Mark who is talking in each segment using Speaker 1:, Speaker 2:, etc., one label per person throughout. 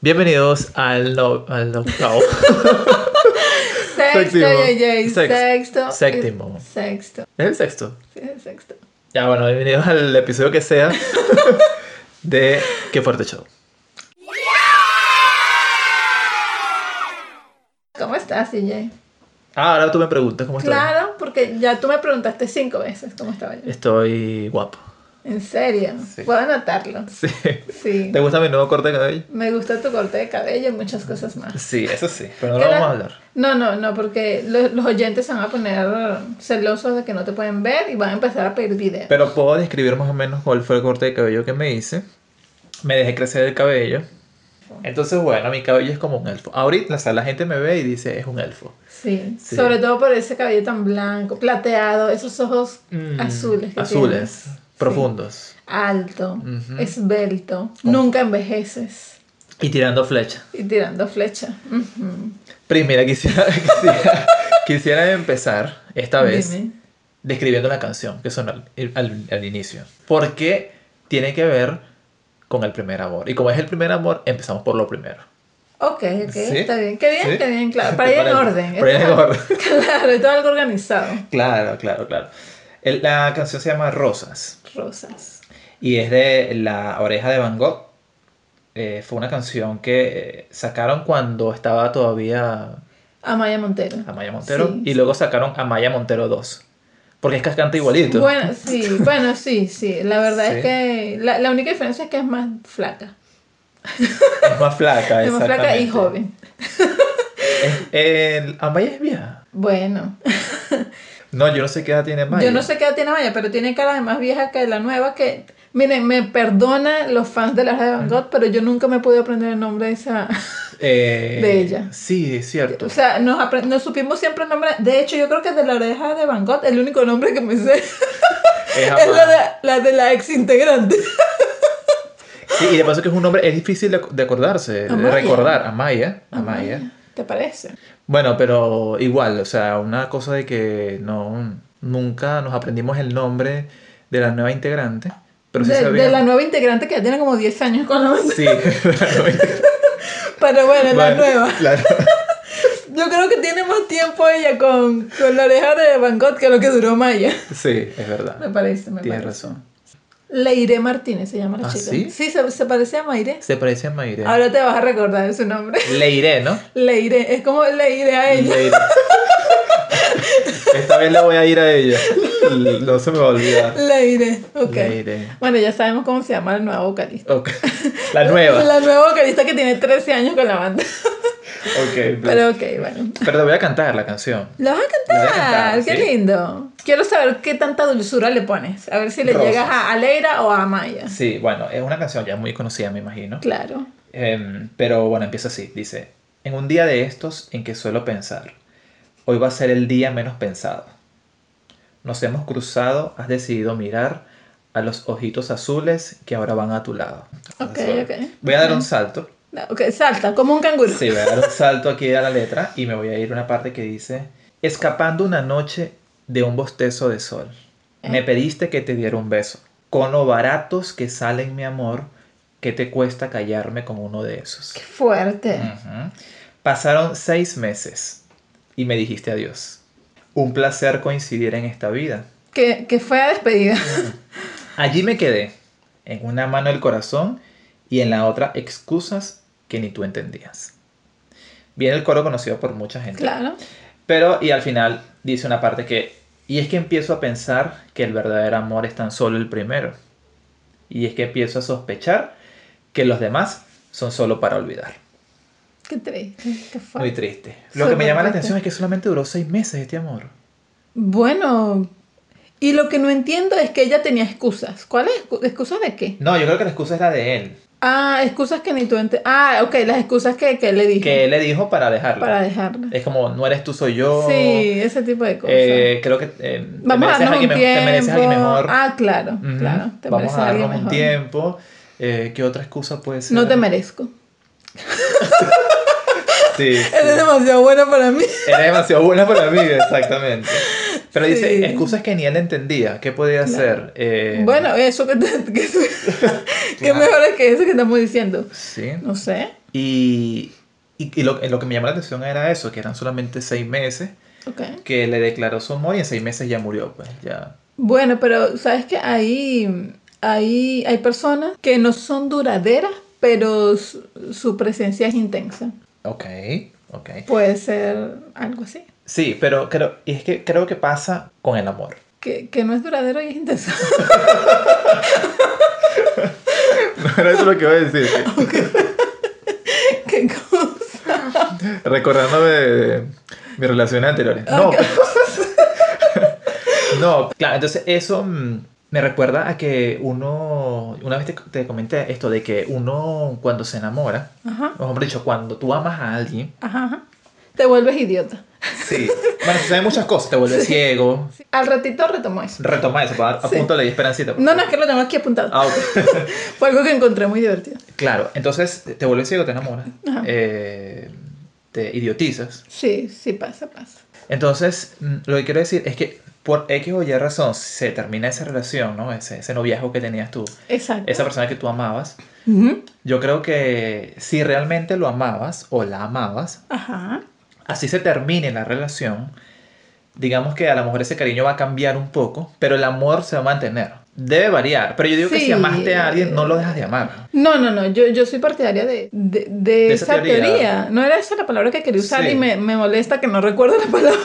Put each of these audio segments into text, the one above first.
Speaker 1: Bienvenidos al, no- al octavo.
Speaker 2: Sexto,
Speaker 1: Séptimo.
Speaker 2: Yayay,
Speaker 1: Sexto.
Speaker 2: sexto.
Speaker 1: Séptimo.
Speaker 2: Sexto.
Speaker 1: es el sexto.
Speaker 2: Sí, es sexto.
Speaker 1: Ya, bueno, bienvenidos al episodio que sea de Qué Fuerte Show.
Speaker 2: ¿Cómo estás, DJ?
Speaker 1: Ah, ahora tú me preguntas cómo estoy.
Speaker 2: Claro, porque ya tú me preguntaste cinco veces cómo estaba yo.
Speaker 1: Estoy guapo.
Speaker 2: En serio,
Speaker 1: Sí.
Speaker 2: puedo notarlo.
Speaker 1: Sí.
Speaker 2: Sí.
Speaker 1: ¿Te gusta mi nuevo corte de cabello?
Speaker 2: Me gusta tu corte de cabello y muchas cosas más.
Speaker 1: Sí, eso sí. Pero no
Speaker 2: ¿Qué
Speaker 1: lo
Speaker 2: la-
Speaker 1: vamos a hablar.
Speaker 2: No, no, no, porque lo- los oyentes se van a poner celosos de que no te pueden ver y van a empezar a pedir videos.
Speaker 1: Pero puedo describir más o menos cuál fue el corte de cabello que me hice. Me dejé crecer el cabello. Entonces, bueno, mi cabello es como un elfo. Ahorita, o sea, la gente me ve y dice, es un elfo.
Speaker 2: Sí.
Speaker 1: Sí.
Speaker 2: sobre todo por ese cabello tan blanco, plateado, esos ojos
Speaker 1: Mm,
Speaker 2: azules. que
Speaker 1: Azules.
Speaker 2: tienes.
Speaker 1: Profundos.
Speaker 2: alto,
Speaker 1: Ujú.
Speaker 2: esbelto, nunca envejeces
Speaker 1: Y tirando flecha.
Speaker 2: y tirando flecha. Ujú.
Speaker 1: Pris, mira, quisiera, quisiera, quisiera empezar esta vez
Speaker 2: Dime.
Speaker 1: describiendo la canción que sonó al, al- al inicio. Porque tiene que ver con el primer amor. Y como es el primer amor, empezamos por lo primero.
Speaker 2: Ok, ok,
Speaker 1: ¿Sí?
Speaker 2: está bien. Qué bien,
Speaker 1: ¿Sí?
Speaker 2: qué bien, claro. Para ir en
Speaker 1: Prepárate.
Speaker 2: orden.
Speaker 1: Para ir en
Speaker 2: Esto-
Speaker 1: orden.
Speaker 2: Claro, y todo algo organizado.
Speaker 1: Claro, claro, claro. El- la canción se llama Rosas.
Speaker 2: Rosas.
Speaker 1: Y es de La Oreja de Van Gogh. Eh, fue una canción que eh, sacaron cuando estaba todavía
Speaker 2: Amaya Montero.
Speaker 1: Amaya Montero.
Speaker 2: Sí,
Speaker 1: y luego sacaron Amaya Montero 2. Porque es que canta igualito.
Speaker 2: Bueno, sí, bueno, sí, sí. La verdad
Speaker 1: Sí.
Speaker 2: es que la, la única diferencia es que es más flaca.
Speaker 1: Es más flaca,
Speaker 2: Es más flaca y
Speaker 1: exactamente.
Speaker 2: joven.
Speaker 1: Es- el- Amaya es vieja.
Speaker 2: Bueno,
Speaker 1: No, yo no sé qué edad tiene Amaya.
Speaker 2: yo no sé qué edad tiene Amaya, pero tiene cara de más vieja que la nueva que... Miren, me perdona los fans de la Red de Van Gogh, pero yo nunca me pude aprender el nombre de esa...
Speaker 1: Eh,
Speaker 2: de ella.
Speaker 1: Sí, es cierto.
Speaker 2: O sea, nos, apre- nos supimos siempre el nombre. De hecho, yo creo que de la oreja de Van Gogh, el único nombre que me sé
Speaker 1: Es
Speaker 2: es la
Speaker 1: Amaya.
Speaker 2: de la, de la ex integrante.
Speaker 1: Sí, y de paso que es un nombre, es difícil de, de acordarse, de
Speaker 2: Amaya.
Speaker 1: recordar. Amaya, Amaya.
Speaker 2: ¿Te parece?
Speaker 1: Bueno, pero igual, o sea, una cosa de que no, nunca nos aprendimos el nombre de la nueva integrante, pero sí
Speaker 2: de, de
Speaker 1: sabíamos.
Speaker 2: la nueva integrante que ya tiene como 10 años con la banda.
Speaker 1: Sí, la nueva integrante.
Speaker 2: Pero bueno, la
Speaker 1: Bueno,
Speaker 2: nueva.
Speaker 1: claro.
Speaker 2: Yo creo que tiene más tiempo ella con, con la oreja de Van Gogh que lo que duró Maya.
Speaker 1: Sí, es
Speaker 2: Me
Speaker 1: verdad.
Speaker 2: parece, me
Speaker 1: Tienes
Speaker 2: parece.
Speaker 1: razón.
Speaker 2: Leire Martínez se llama la
Speaker 1: ¿Ah,
Speaker 2: chica.
Speaker 1: sí?
Speaker 2: se, se parece a Maire.
Speaker 1: Se parece a Maire.
Speaker 2: Ahora te vas a recordar de su nombre.
Speaker 1: Leiré, ¿no?
Speaker 2: Leire, es como Leire a ella.
Speaker 1: Leiré. Esta vez le voy a ir a ella. No se me va a olvidar.
Speaker 2: Leire, ok.
Speaker 1: Mm. Leire.
Speaker 2: Bueno, ya sabemos cómo se llama la nueva vocalista.
Speaker 1: Ok. La nueva.
Speaker 2: La nueva vocalista que tiene 13 años con la banda.
Speaker 1: Ok. Pero,
Speaker 2: Pero ok, bueno.
Speaker 1: pero te voy a cantar la canción.
Speaker 2: La vas a
Speaker 1: La
Speaker 2: cantar,
Speaker 1: voy a cantar,
Speaker 2: qué
Speaker 1: sí.
Speaker 2: lindo. Quiero saber qué tanta dulzura le pones. A ver si le
Speaker 1: Rosas.
Speaker 2: llegas a Aleira o a Amaya.
Speaker 1: Sí, bueno, es una canción ya muy conocida, me imagino.
Speaker 2: Claro.
Speaker 1: Em, pero bueno, empieza así. Dice, en un día de estos en que suelo pensar, hoy va a ser el día menos pensado. Nos hemos cruzado, has decidido mirar a los ojitos azules que ahora van a tu lado.
Speaker 2: Ok, ok.
Speaker 1: Voy a dar un salto.
Speaker 2: No, Ok, salta, como un canguro.
Speaker 1: Sí, voy a dar un salto aquí a la letra y me voy a ir a una parte que dice, escapando una noche de un bostezo de sol, me pediste que te diera un beso. Con lo baratos que salen, mi amor, ¿qué te cuesta callarme con uno de esos?
Speaker 2: Qué fuerte.
Speaker 1: Ujú. Pasaron seis meses y me dijiste adiós. Un placer coincidir en esta vida.
Speaker 2: Que, que fue a despedida.
Speaker 1: Allí me quedé, en una mano el corazón y en la otra excusas que ni tú entendías. Viene el coro conocido por mucha gente.
Speaker 2: claro.
Speaker 1: Pero, y al final dice una parte que, y es que empiezo a pensar que el verdadero amor es tan solo el primero. Y es que empiezo a sospechar que los demás son solo para olvidar.
Speaker 2: Qué triste. Qué fuerte.
Speaker 1: Muy triste. Lo
Speaker 2: Fue
Speaker 1: que me
Speaker 2: muy
Speaker 1: llama la
Speaker 2: triste.
Speaker 1: atención es que solamente duró seis meses este amor.
Speaker 2: Bueno. Y lo que no entiendo es que ella tenía excusas. ¿Cuáles? excu- ¿Excusas de qué?
Speaker 1: No, yo creo que la excusa es la de él.
Speaker 2: Ah, excusas que ni tú entiendes. Ah, ok, las excusas que, que le dije.
Speaker 1: Que él le dijo para dejarla.
Speaker 2: Para dejarla.
Speaker 1: Es como, no eres tú, soy yo.
Speaker 2: Sí, ese tipo de cosas.
Speaker 1: Eh, creo que eh, te,
Speaker 2: Vamos
Speaker 1: mereces a
Speaker 2: a darnos un
Speaker 1: alguien
Speaker 2: tiempo.
Speaker 1: me- te mereces a alguien mejor.
Speaker 2: Ah, claro,
Speaker 1: Ujú.
Speaker 2: claro. Te
Speaker 1: Vamos
Speaker 2: mereces
Speaker 1: a
Speaker 2: a alguien
Speaker 1: darnos un
Speaker 2: mejor.
Speaker 1: tiempo. Eh, ¿Qué otra excusa puede ser?
Speaker 2: No te merezco.
Speaker 1: Sí, sí.
Speaker 2: Eres demasiado buena para mí.
Speaker 1: Era demasiado buena para mí, exactamente. Pero
Speaker 2: Sí.
Speaker 1: dice, excusas que ni él entendía. ¿Qué podía hacer? Eh,
Speaker 2: Bueno, eso que, te- que, ¿Qué
Speaker 1: Claro.
Speaker 2: mejor es que eso que estamos diciendo?
Speaker 1: Sí.
Speaker 2: No sé.
Speaker 1: Y, y- y lo, lo que me llamó la atención era eso, que eran solamente seis meses
Speaker 2: Ok.
Speaker 1: que le declaró su amor y en seis meses ya murió, pues ya.
Speaker 2: Bueno, pero sabes que ahí, ahí hay personas que no son duraderas, pero su, su presencia es intensa.
Speaker 1: Ok, ok.
Speaker 2: Puede ser algo así.
Speaker 1: Sí, pero creo, y es que creo que pasa con el amor.
Speaker 2: Que, que no es duradero y es intenso.
Speaker 1: Pero eso es lo que voy a decir.
Speaker 2: ¿Qué cosa?
Speaker 1: Recordándome de mis relaciones anteriores. No,
Speaker 2: Ok.
Speaker 1: no, claro, entonces eso mm, me recuerda a que uno, una vez te, te comenté esto de que uno cuando se enamora,
Speaker 2: Ajá,
Speaker 1: o mejor dicho, cuando tú amas a alguien,
Speaker 2: ajá, ajá. Te vuelves idiota.
Speaker 1: sí, bueno, suceden muchas cosas, te vuelves ciego,
Speaker 2: Sí. Al ratito retomo eso.
Speaker 1: retoma eso, para,
Speaker 2: Sí.
Speaker 1: apúntale y esperancita. pues.
Speaker 2: No, no, es que lo tengo aquí apuntado.
Speaker 1: Ah, ok.
Speaker 2: Fue algo que encontré muy divertido.
Speaker 1: Claro, entonces te vuelves ciego, te enamoras,
Speaker 2: Ajá.
Speaker 1: eh, te idiotizas.
Speaker 2: Sí, sí, pasa, pasa.
Speaker 1: Entonces, mm, lo que quiero decir es que por X o Y razón se termina esa relación, ¿no? Ese, ese noviazgo que tenías tú,
Speaker 2: Exacto.
Speaker 1: esa persona que tú amabas.
Speaker 2: Ujú.
Speaker 1: Yo creo que si realmente lo amabas o la amabas,
Speaker 2: Ajá.
Speaker 1: así se termine la relación, digamos que a lo mejor ese cariño va a cambiar un poco, pero el amor se va a mantener. Debe variar, pero yo digo que
Speaker 2: Sí.
Speaker 1: si amaste a alguien, no lo dejas de amar.
Speaker 2: No, no, no, yo, yo soy partidaria de, de, de
Speaker 1: esa
Speaker 2: esa teoría.
Speaker 1: teoría.
Speaker 2: No era esa la palabra que quería usar
Speaker 1: Sí.
Speaker 2: y me, me molesta que no recuerdo la palabra.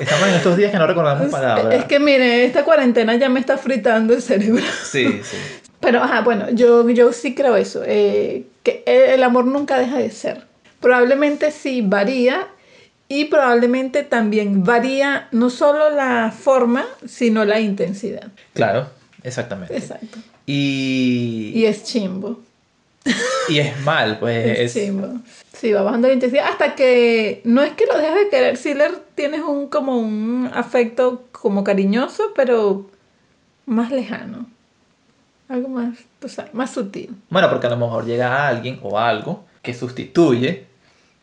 Speaker 1: Estamos en estos días que no recordamos palabras.
Speaker 2: Es que mire, esta cuarentena ya me está fritando el cerebro.
Speaker 1: Sí, sí.
Speaker 2: Pero, ajá, bueno, yo, yo sí creo eso, eh, que el el amor nunca deja de ser. Probablemente sí varía y probablemente también varía no solo la forma, sino la intensidad.
Speaker 1: Claro, exactamente.
Speaker 2: Exacto.
Speaker 1: Y,
Speaker 2: Y es chimbo.
Speaker 1: y es mal, pues.
Speaker 2: Es chimbo. Sí, va bajando la intensidad hasta que no es que lo dejes de querer, sí le tienes un como un afecto como cariñoso, pero más lejano. Algo más, tú sabes, más sutil.
Speaker 1: Bueno, porque a lo mejor llega alguien o algo que sustituye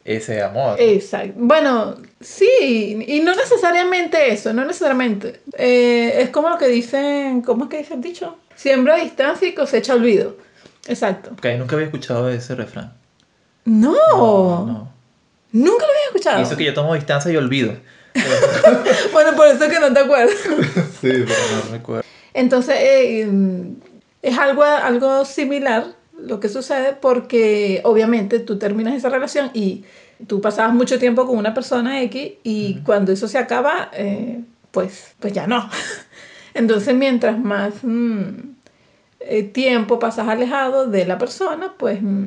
Speaker 1: ese amor.
Speaker 2: Exacto. Bueno, sí, y no necesariamente eso, no necesariamente. Eh, es como lo que dicen, ¿cómo es que dicen dicho? Siembra a distancia y cosecha olvido. Exacto.
Speaker 1: Ok, nunca había escuchado ese refrán.
Speaker 2: No,
Speaker 1: No.
Speaker 2: nunca lo había
Speaker 1: Y
Speaker 2: escuchado.
Speaker 1: eso que yo tomo distancia y olvido.
Speaker 2: Bueno, por eso es que no te acuerdas.
Speaker 1: sí, pero no recuerdo.
Speaker 2: Entonces, eh, mm, es algo, algo similar lo que sucede porque obviamente tú terminas esa relación y tú pasabas mucho tiempo con una persona X y cuando eso se acaba, eh, pues, pues ya no. Entonces, mientras más mm, eh, tiempo pasas alejado de la persona, pues mm,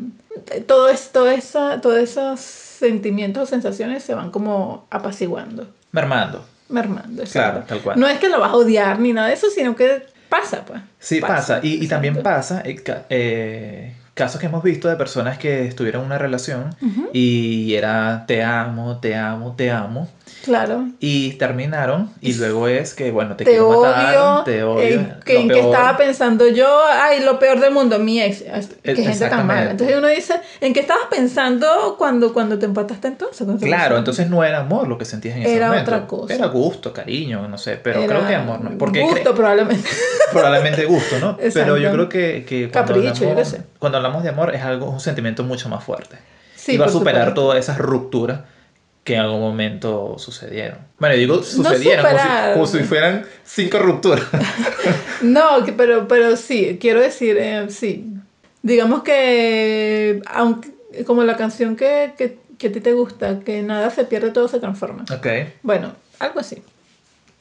Speaker 2: eh, todo es- todo esa, todos esos sentimientos o sensaciones se van como apaciguando
Speaker 1: Mermando.
Speaker 2: mermando.
Speaker 1: Claro,
Speaker 2: exacto.
Speaker 1: tal cual.
Speaker 2: No es que lo vas a odiar ni nada de eso, sino que pasa, pues.
Speaker 1: Sí, pasa. Y, y también
Speaker 2: Exacto.
Speaker 1: pasa eh, ca- eh, casos que hemos visto de personas que estuvieron en una relación
Speaker 2: Ujú.
Speaker 1: y era te amo, te amo, te amo.
Speaker 2: Claro.
Speaker 1: Y terminaron y luego es que, bueno, te,
Speaker 2: Te
Speaker 1: quiero
Speaker 2: odio,
Speaker 1: matar, te odio.
Speaker 2: eh, que,
Speaker 1: lo
Speaker 2: en qué
Speaker 1: peor.
Speaker 2: estaba pensando yo, ay, lo peor del mundo, mi ex, Ay, qué
Speaker 1: Eh,
Speaker 2: gente tan mala.
Speaker 1: exactamente.
Speaker 2: Entonces uno dice, ¿en qué estabas pensando cuando, cuando te empataste entonces? con esa
Speaker 1: Claro,
Speaker 2: persona?
Speaker 1: entonces no era amor lo que sentías en ese
Speaker 2: Era
Speaker 1: momento.
Speaker 2: otra cosa.
Speaker 1: Era gusto, cariño, no sé, pero
Speaker 2: Era
Speaker 1: creo que amor no. Porque
Speaker 2: gusto
Speaker 1: cre-
Speaker 2: probablemente.
Speaker 1: probablemente gusto, ¿no?
Speaker 2: Exacto.
Speaker 1: Pero yo creo que, que cuando,
Speaker 2: Capricho, yo
Speaker 1: hablamos,
Speaker 2: qué sé.
Speaker 1: cuando hablamos de amor es algo, es un sentimiento mucho más fuerte.
Speaker 2: Sí,
Speaker 1: y va a
Speaker 2: por
Speaker 1: superar
Speaker 2: supuesto.
Speaker 1: todas esas rupturas que en algún momento sucedieron. Bueno, digo sucedieron, como,
Speaker 2: superar.
Speaker 1: si, como si fueran cinco rupturas.
Speaker 2: No, que- pero, pero sí, quiero decir, eh, sí. Digamos que, aunque, como la canción que, que, que a ti te gusta, que nada se pierde, todo se transforma.
Speaker 1: ok,
Speaker 2: Bueno, algo así.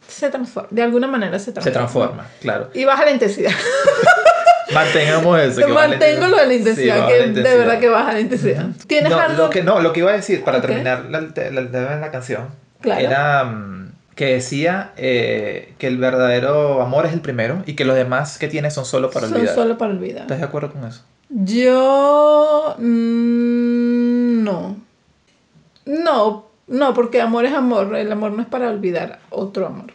Speaker 2: Se transforma, de alguna manera se transforma.
Speaker 1: se transforma, claro.
Speaker 2: Y baja la intensidad.
Speaker 1: Mantengamos eso. que vale-
Speaker 2: Mantengo lo de la intensidad,
Speaker 1: Sí, vale
Speaker 2: que
Speaker 1: la
Speaker 2: de
Speaker 1: intensidad.
Speaker 2: verdad que baja la intensidad. ¿Tienes
Speaker 1: no,
Speaker 2: algo?
Speaker 1: Lo que, no, lo que iba a decir para
Speaker 2: Ok.
Speaker 1: terminar la, la, la- la canción
Speaker 2: Claro.
Speaker 1: era mm, que decía eh, que el verdadero amor es el primero y que los demás que tienes son solo para
Speaker 2: Son
Speaker 1: olvidar.
Speaker 2: solo para olvidar.
Speaker 1: ¿Estás de acuerdo con eso?
Speaker 2: Yo mm, no. No, no, porque amor es amor. El amor no es para olvidar otro amor.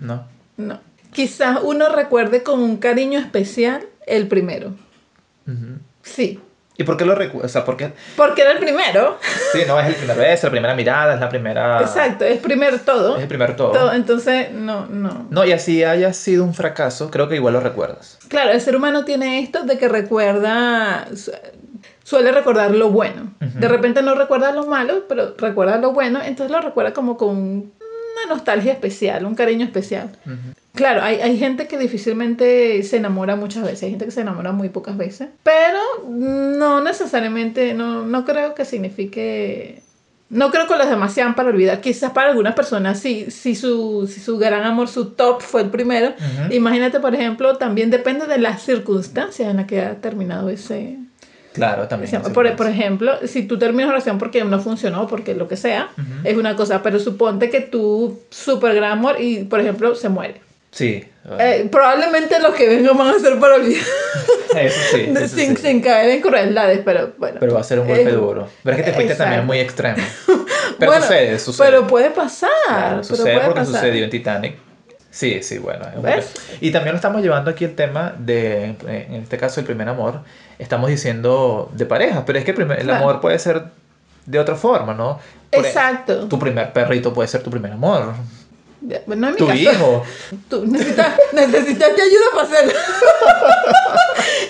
Speaker 1: No.
Speaker 2: No. Quizás uno recuerde con un cariño especial el primero.
Speaker 1: Ujú.
Speaker 2: Sí,
Speaker 1: ¿Y por qué lo recuerdas? O sea, ¿por qué?
Speaker 2: Porque era el primero.
Speaker 1: Sí, no, es el primer beso, la primera mirada, es la primera...
Speaker 2: Exacto, es primero todo.
Speaker 1: Es el primer todo.
Speaker 2: Todo, Entonces, no, no.
Speaker 1: No, y así haya sido un fracaso, creo que igual lo recuerdas.
Speaker 2: Claro, el ser humano tiene esto de que recuerda, su- suele recordar lo bueno. De repente no recuerda lo malo, pero recuerda lo bueno, entonces lo recuerda como con una nostalgia especial, un cariño especial.
Speaker 1: Ujú.
Speaker 2: Claro, hay, hay gente que difícilmente se enamora muchas veces, hay gente que se enamora muy pocas veces, pero no necesariamente, no, no creo que signifique, no creo que los demás sean para olvidar, quizás para algunas personas sí, si su, si su gran amor, su top fue el primero,
Speaker 1: Ujú.
Speaker 2: imagínate por ejemplo, también depende de las circunstancias en las que ha terminado ese...
Speaker 1: Claro, también.
Speaker 2: ese amor. por, por ejemplo, si tú terminas una relación porque no funcionó, porque lo que sea,
Speaker 1: Ujú.
Speaker 2: es una cosa, pero suponte que tu super gran amor y, por ejemplo, se muere.
Speaker 1: Sí.
Speaker 2: Eh, probablemente los que vengan van a ser para olvidar,
Speaker 1: Eso sí. eso
Speaker 2: sin,
Speaker 1: sí.
Speaker 2: sin caer en crueldades, pero bueno.
Speaker 1: Pero va a ser un golpe
Speaker 2: Eh,
Speaker 1: duro. Pero es que te fuiste
Speaker 2: exacto.
Speaker 1: también muy extremo. Pero
Speaker 2: Bueno,
Speaker 1: sucede, sucede.
Speaker 2: Pero puede pasar.
Speaker 1: Claro,
Speaker 2: pero
Speaker 1: sucede
Speaker 2: puede
Speaker 1: porque
Speaker 2: pasar.
Speaker 1: sucedió en Titanic. Sí, sí, bueno. es un
Speaker 2: ¿Ves?
Speaker 1: problema. Y también lo estamos llevando aquí el tema de, en este caso, el primer amor. Estamos diciendo de pareja, pero es que el, primer- el
Speaker 2: Claro.
Speaker 1: amor puede ser de otra forma, ¿no? Por ejemplo,
Speaker 2: Exacto.
Speaker 1: Tu primer perrito puede ser tu primer amor.
Speaker 2: Ya, No en mi
Speaker 1: Tu
Speaker 2: caso.
Speaker 1: hijo.
Speaker 2: Tú necesitas, necesitaste ayuda para hacerlo.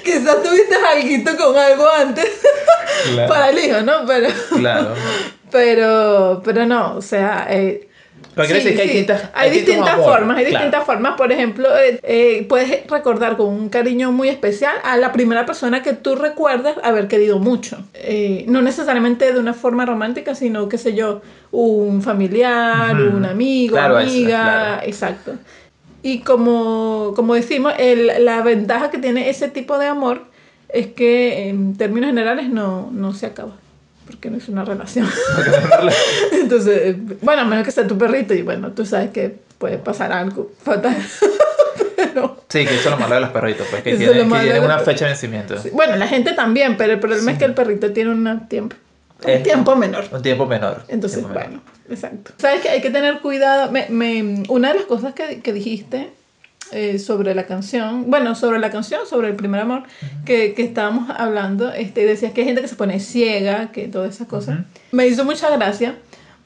Speaker 2: Quizás tuviste algo con algo antes
Speaker 1: Claro.
Speaker 2: para el hijo, ¿no? Pero,
Speaker 1: claro.
Speaker 2: pero, pero no, o sea... eh,
Speaker 1: Pero quiero
Speaker 2: Sí,
Speaker 1: decir que hay
Speaker 2: sí.
Speaker 1: distintas,
Speaker 2: Hay
Speaker 1: distintos
Speaker 2: distintas
Speaker 1: amores.
Speaker 2: formas, hay
Speaker 1: Claro.
Speaker 2: distintas formas. Por ejemplo, eh, eh, puedes recordar con un cariño muy especial a la primera persona que tú recuerdas haber querido mucho. Eh, no necesariamente de una forma romántica, sino, qué sé yo, un familiar,
Speaker 1: Ujú.
Speaker 2: un amigo,
Speaker 1: Claro, es-
Speaker 2: amiga,
Speaker 1: claro.
Speaker 2: exacto. Y como, como decimos, el- la ventaja que tiene ese tipo de amor es que en términos generales no, no se acaba, porque no es una relación. Entonces, eh, bueno, a menos que sea tu perrito y bueno, tú sabes que puede pasar algo fatal. Pero,
Speaker 1: Sí, que eso es lo malo de los perritos, pues que
Speaker 2: Eso es
Speaker 1: tienen,
Speaker 2: lo
Speaker 1: que
Speaker 2: malo de
Speaker 1: tienen
Speaker 2: los
Speaker 1: una
Speaker 2: per-
Speaker 1: fecha de vencimiento.
Speaker 2: sí, bueno, la gente también, pero el problema es que el perrito tiene un tiempo, un
Speaker 1: Es-
Speaker 2: tiempo menor.
Speaker 1: Un tiempo menor.
Speaker 2: Entonces,
Speaker 1: tiempo menor.
Speaker 2: bueno, exacto. Sabes que hay que tener cuidado. Me- me- una de las cosas que, que dijiste eh, sobre la canción, bueno, sobre la canción, sobre el primer amor que, que estábamos hablando, este, decías que hay gente que se pone ciega, que todas esas cosas.
Speaker 1: Ujú.
Speaker 2: Me hizo mucha gracia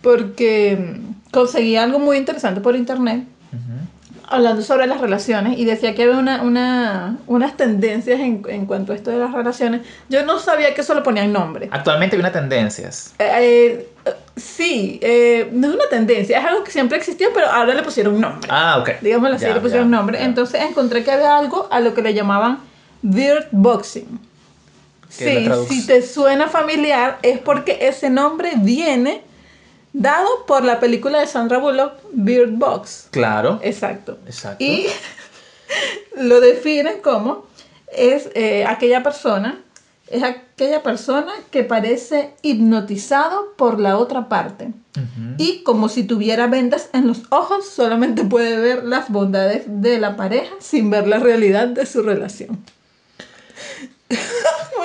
Speaker 2: porque mm, conseguí algo muy interesante por internet
Speaker 1: Ujú.
Speaker 2: hablando sobre las relaciones y decía que había una, una- unas tendencias en, en cuanto a esto de las relaciones. Yo no sabía que eso le ponían nombre.
Speaker 1: Actualmente hay una tendencias.
Speaker 2: Eh, eh, sí, eh, no es una tendencia, es algo que siempre existió, pero ahora le pusieron nombre.
Speaker 1: Ah, ok.
Speaker 2: Digámoslo así,
Speaker 1: Ya,
Speaker 2: le pusieron
Speaker 1: ya,
Speaker 2: nombre.
Speaker 1: ya.
Speaker 2: Entonces encontré que había algo a lo que le llamaban dirt boxing.
Speaker 1: Que la
Speaker 2: Sí,
Speaker 1: traduc-
Speaker 2: si te suena familiar es porque ese nombre viene dado por la película de Sandra Bullock, Bird Box.
Speaker 1: Claro.
Speaker 2: Exacto.
Speaker 1: Exacto.
Speaker 2: Y lo definen como es eh, aquella persona, es aquella persona que parece hipnotizado por la otra parte.
Speaker 1: Ujú.
Speaker 2: Y como si tuviera vendas en los ojos, solamente puede ver las bondades de la pareja sin ver la realidad de su relación.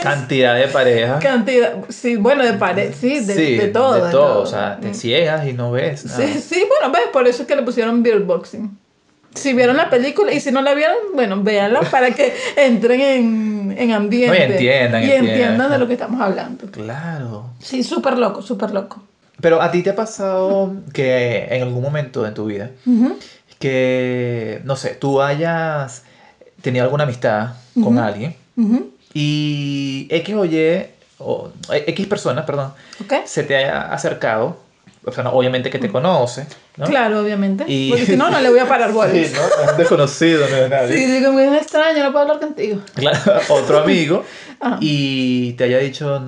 Speaker 1: Cantidad de parejas.
Speaker 2: Cantidad, sí, bueno, de pareja, sí, de,
Speaker 1: Ah. Sí,
Speaker 2: de todo.
Speaker 1: De todo. O sea, te
Speaker 2: Mm.
Speaker 1: ciegas y no ves. nada.
Speaker 2: Sí, sí, bueno, ves, por eso es que le pusieron Bird Boxing. Si vieron la película y si no la vieron, bueno, véanla para que entren en, en ambiente.
Speaker 1: No, y entiendan,
Speaker 2: Y
Speaker 1: entiendan.
Speaker 2: entiendan de lo que estamos hablando.
Speaker 1: Claro.
Speaker 2: Sí, súper loco, súper loco.
Speaker 1: Pero a ti te ha pasado que en algún momento de tu vida,
Speaker 2: Ujú.
Speaker 1: que, no sé, tú hayas tenido alguna amistad con
Speaker 2: Ujú.
Speaker 1: alguien
Speaker 2: Ujú.
Speaker 1: y X o Y, o X personas, perdón,
Speaker 2: ¿Ok?
Speaker 1: se te haya acercado, o sea, no, obviamente que te conoce, ¿no?
Speaker 2: Mm. Claro, obviamente.
Speaker 1: Y-
Speaker 2: Porque si no, no le voy a parar
Speaker 1: Sí,
Speaker 2: bolas. Sí,
Speaker 1: ¿no? Un desconocido, no es nadie.
Speaker 2: digo, me es extraño, no puedo hablar contigo.
Speaker 1: Claro, otro amigo
Speaker 2: Ajá.
Speaker 1: y te haya dicho,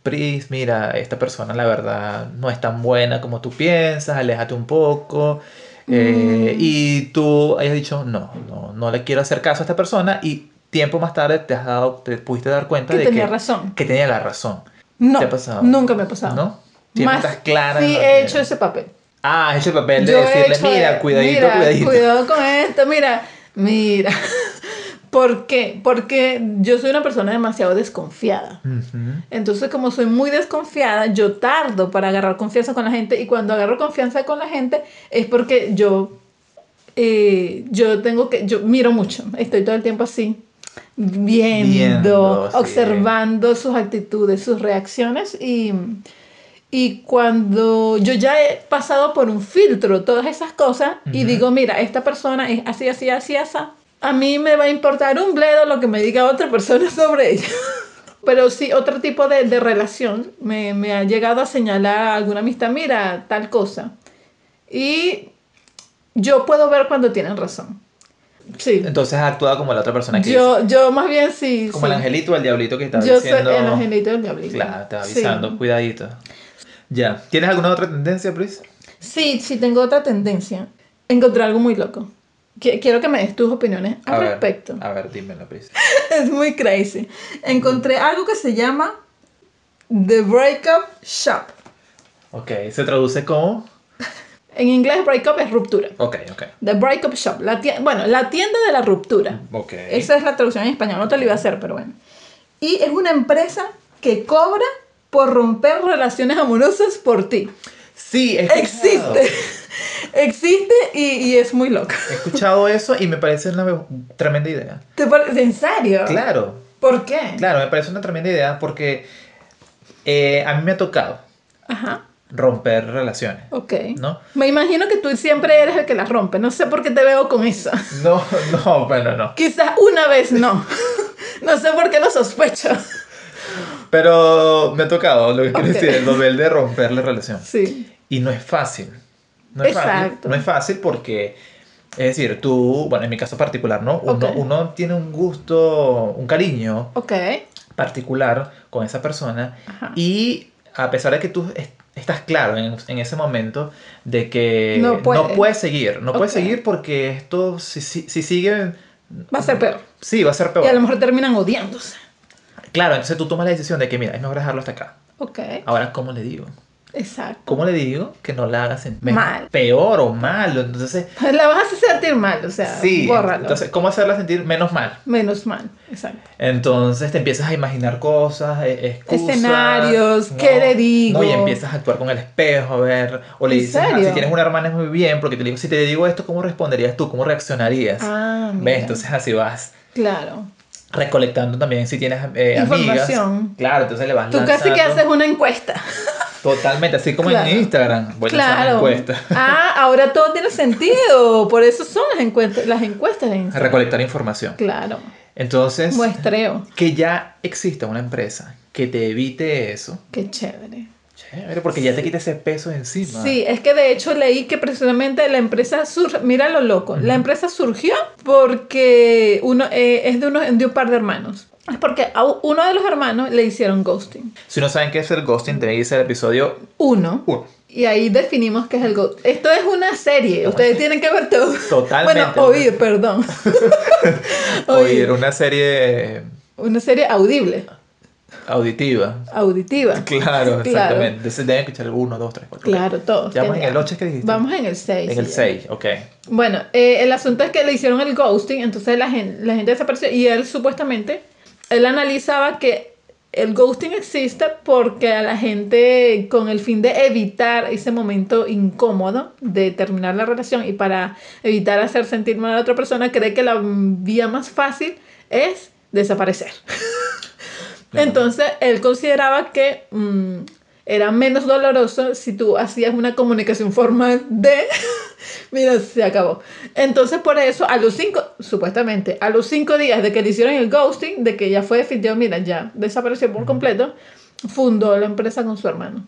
Speaker 1: Pris, mira, esta persona la verdad no es tan buena como tú piensas, aléjate un poco. Eh,
Speaker 2: Mm.
Speaker 1: Y tú hayas dicho, no, no, no le quiero hacer caso a esta persona y tiempo más tarde te has dado, te pudiste dar cuenta
Speaker 2: Que
Speaker 1: de
Speaker 2: tenía
Speaker 1: que,
Speaker 2: razón.
Speaker 1: que tenía la razón.
Speaker 2: No,
Speaker 1: ¿Te ha pasado?
Speaker 2: nunca me ha pasado.
Speaker 1: ¿No? Siempre
Speaker 2: Más,
Speaker 1: estás clara en
Speaker 2: sí
Speaker 1: lo
Speaker 2: he
Speaker 1: que-
Speaker 2: hecho ese papel.
Speaker 1: Ah, es el papel de
Speaker 2: Yo he
Speaker 1: decirle,
Speaker 2: hecho
Speaker 1: mira,
Speaker 2: de-
Speaker 1: cuidadito,
Speaker 2: mira,
Speaker 1: cuidadito.
Speaker 2: Cuidado con esto, mira, mira. ¿Por qué? Porque yo soy una persona demasiado desconfiada.
Speaker 1: Ujú.
Speaker 2: Entonces, como soy muy desconfiada, yo tardo para agarrar confianza con la gente y cuando agarro confianza con la gente es porque yo, eh, yo tengo que, yo miro mucho, estoy todo el tiempo así. viendo, viendo observando sí. sus actitudes, sus reacciones y, y cuando yo ya he pasado por un filtro todas esas cosas uh -huh. y digo, mira, esta persona es así, así, así, así, a mí me va a importar un bledo lo que me diga otra persona sobre ella. Pero sí, otro tipo de, de relación me, me, ha llegado a señalar a alguna amistad, mira, tal cosa. Y yo puedo ver cuando tienen razón. Sí.
Speaker 1: Entonces ha actuado como la otra persona que
Speaker 2: Yo, dice. yo más bien sí.
Speaker 1: Como
Speaker 2: sí.
Speaker 1: el angelito o el diablito que está
Speaker 2: yo
Speaker 1: diciendo.
Speaker 2: Yo soy el angelito o el diablito.
Speaker 1: Claro, te va avisando, sí. cuidadito. Ya. ¿Tienes alguna otra tendencia, Pris?
Speaker 2: Sí, sí, tengo otra tendencia. Encontré algo muy loco. Quiero que me des tus opiniones al
Speaker 1: a ver,
Speaker 2: respecto.
Speaker 1: a ver, dímelo, Pris.
Speaker 2: es muy crazy. Encontré algo que se llama The Breakup Shop.
Speaker 1: Ok, ¿se traduce como?
Speaker 2: en inglés, breakup es ruptura.
Speaker 1: Ok, ok.
Speaker 2: The Breakup Shop. La tienda, bueno, la tienda de la ruptura.
Speaker 1: Ok.
Speaker 2: Esa es la traducción en español, no te lo iba a hacer, pero bueno. Y es una empresa que cobra por romper relaciones amorosas por ti.
Speaker 1: Sí, he
Speaker 2: existe. Existe y, y, es muy loca.
Speaker 1: He escuchado eso y me parece una tremenda idea.
Speaker 2: ¿Te parece? ¿En serio?
Speaker 1: Claro.
Speaker 2: ¿Por qué?
Speaker 1: Claro, me parece una tremenda idea porque eh, a mí me ha tocado
Speaker 2: Ajá.
Speaker 1: romper relaciones.
Speaker 2: Ok.
Speaker 1: ¿no?
Speaker 2: Me imagino que tú siempre eres el que las rompe. No sé por qué te veo con eso.
Speaker 1: No, no, bueno, no.
Speaker 2: Quizás una vez no. no sé por qué lo sospecho.
Speaker 1: Pero me ha tocado, lo que okay. quiero decir, el nivel de romper la relación.
Speaker 2: Sí.
Speaker 1: Y no es fácil. No es
Speaker 2: Exacto.
Speaker 1: fácil. No es fácil porque, es decir, tú, bueno, en mi caso particular, ¿no? Uno,
Speaker 2: Okay.
Speaker 1: uno tiene un gusto, un cariño
Speaker 2: Ok.
Speaker 1: particular con esa persona
Speaker 2: Ajá.
Speaker 1: y a pesar de que tú es- estás claro en, en ese momento de que
Speaker 2: No puedes.
Speaker 1: puedes seguir, no puedes
Speaker 2: Ok.
Speaker 1: seguir porque esto, si, si, si sigue,
Speaker 2: Va a ser peor.
Speaker 1: sí, va a ser
Speaker 2: Y a lo
Speaker 1: peor.
Speaker 2: mejor terminan odiándose.
Speaker 1: Claro, entonces tú tomas la decisión de que, mira, es mejor dejarlo hasta acá.
Speaker 2: Ok.
Speaker 1: Ahora, ¿cómo le digo?
Speaker 2: Exacto.
Speaker 1: ¿Cómo le digo que no la hagas sentir
Speaker 2: Mal.
Speaker 1: Peor o malo. Entonces,
Speaker 2: La vas a hacer sentir mal, o sea,
Speaker 1: sí.
Speaker 2: bórralo.
Speaker 1: Entonces, ¿cómo hacerla sentir menos mal?
Speaker 2: Menos mal, exacto.
Speaker 1: Entonces te empiezas a imaginar cosas, e- excusas,
Speaker 2: Escenarios, ¿qué le digo?
Speaker 1: No, y empiezas a actuar con el espejo, a ver, o le
Speaker 2: ¿En
Speaker 1: dices, ah,
Speaker 2: serio?
Speaker 1: si tienes una hermana es muy bien, porque te digo, si te digo esto, ¿cómo responderías tú? ¿Cómo reaccionarías?
Speaker 2: Ah, mira.
Speaker 1: ¿Ves? Entonces así vas
Speaker 2: Claro.
Speaker 1: recolectando también si tienes eh, amigas.
Speaker 2: Información.
Speaker 1: Claro, entonces le vas
Speaker 2: Tú casi que
Speaker 1: lanzando-
Speaker 2: haces una encuesta.
Speaker 1: Totalmente, así como
Speaker 2: Claro.
Speaker 1: en Instagram. Voy a lanzar
Speaker 2: claro.
Speaker 1: una encuesta.
Speaker 2: Ah, ahora todo tiene sentido. Por eso son las encuestas, las encuestas de
Speaker 1: A
Speaker 2: Instagram.
Speaker 1: recolectar información.
Speaker 2: Claro.
Speaker 1: Entonces,
Speaker 2: Muestreo.
Speaker 1: que ya exista una empresa que te evite eso,
Speaker 2: Qué chévere.
Speaker 1: chévere, porque ya te quita ese peso de encima.
Speaker 2: Sí, es que de hecho leí que precisamente la empresa surge, mira lo loco, la empresa surgió porque uno eh, es de, uno, de un par de hermanos. Es porque a u- uno de los hermanos le hicieron ghosting.
Speaker 1: Si no saben qué es el ghosting, tenéis que irse al episodio
Speaker 2: Uno.
Speaker 1: 1.
Speaker 2: Y ahí definimos qué es el ghosting. Esto es una serie, ustedes tienen que ver todo.
Speaker 1: Totalmente.
Speaker 2: Bueno, oír, perdón.
Speaker 1: Oír una serie
Speaker 2: Una serie audible,
Speaker 1: auditiva.
Speaker 2: auditiva.
Speaker 1: Claro,
Speaker 2: Claro.
Speaker 1: exactamente. Entonces deben escuchar el 1, 2, 3, 4.
Speaker 2: Claro, todos.
Speaker 1: Ya vamos en
Speaker 2: teníamos.
Speaker 1: el 8 que dijiste.
Speaker 2: Vamos en el 6.
Speaker 1: En el 6, ok.
Speaker 2: Bueno, eh, el asunto es que le hicieron el ghosting, entonces la gente, la gente desapareció y él supuestamente, él analizaba que el ghosting existe porque a la gente, con el fin de evitar ese momento incómodo de terminar la relación y para evitar hacer sentir mal a la otra persona, cree que la vía más fácil es desaparecer. Entonces, él consideraba que mm, era menos doloroso si tú hacías una comunicación formal de, mira, se acabó. Entonces, por eso, a los cinco, supuestamente, a los cinco días de que le hicieron el ghosting, de que ya fue definitivo, mira, ya desapareció por completo, fundó la empresa con su hermano.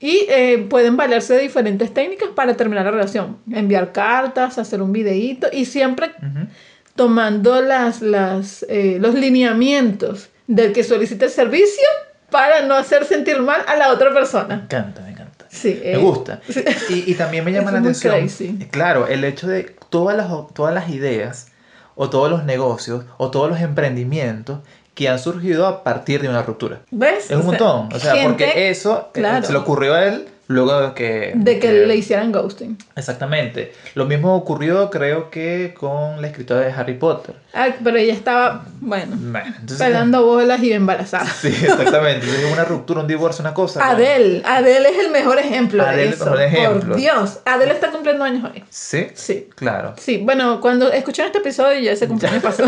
Speaker 2: Y eh, pueden valerse de diferentes técnicas para terminar la relación. Enviar cartas, hacer un videíto y siempre
Speaker 1: Ujú.
Speaker 2: tomando las, las, eh, los lineamientos del que solicita el servicio para no hacer sentir mal a la otra
Speaker 1: Me
Speaker 2: persona.
Speaker 1: encanta, me encanta.
Speaker 2: Sí,
Speaker 1: Me
Speaker 2: Ah. eh,
Speaker 1: gusta.
Speaker 2: sí.
Speaker 1: Y, y también me llama
Speaker 2: Es
Speaker 1: la
Speaker 2: muy
Speaker 1: atención,
Speaker 2: crazy.
Speaker 1: claro, el hecho de todas las, todas las ideas o todos los negocios o todos los emprendimientos que han surgido a partir de una ruptura.
Speaker 2: ¿Ves?
Speaker 1: Es un
Speaker 2: O sea,
Speaker 1: montón. O sea,
Speaker 2: gente-
Speaker 1: porque eso eh,
Speaker 2: claro.
Speaker 1: se le ocurrió a él luego de que...
Speaker 2: de que le hicieran ghosting.
Speaker 1: Exactamente. Lo mismo ocurrió creo que con la escritora de Harry Potter.
Speaker 2: Ah, pero ella estaba, bueno,
Speaker 1: Bueno, entonces...
Speaker 2: pelando bolas y embarazada.
Speaker 1: Sí, exactamente. Entonces es una ruptura, un divorcio, una cosa. ¿no?
Speaker 2: Adele, Adele es el mejor ejemplo
Speaker 1: Adele es el
Speaker 2: de eso.
Speaker 1: mejor ejemplo.
Speaker 2: Por Dios, Adele está cumpliendo años hoy.
Speaker 1: Sí,
Speaker 2: Sí.
Speaker 1: claro.
Speaker 2: Sí, bueno, cuando escucharon este episodio ya ese cumpleaños pasó.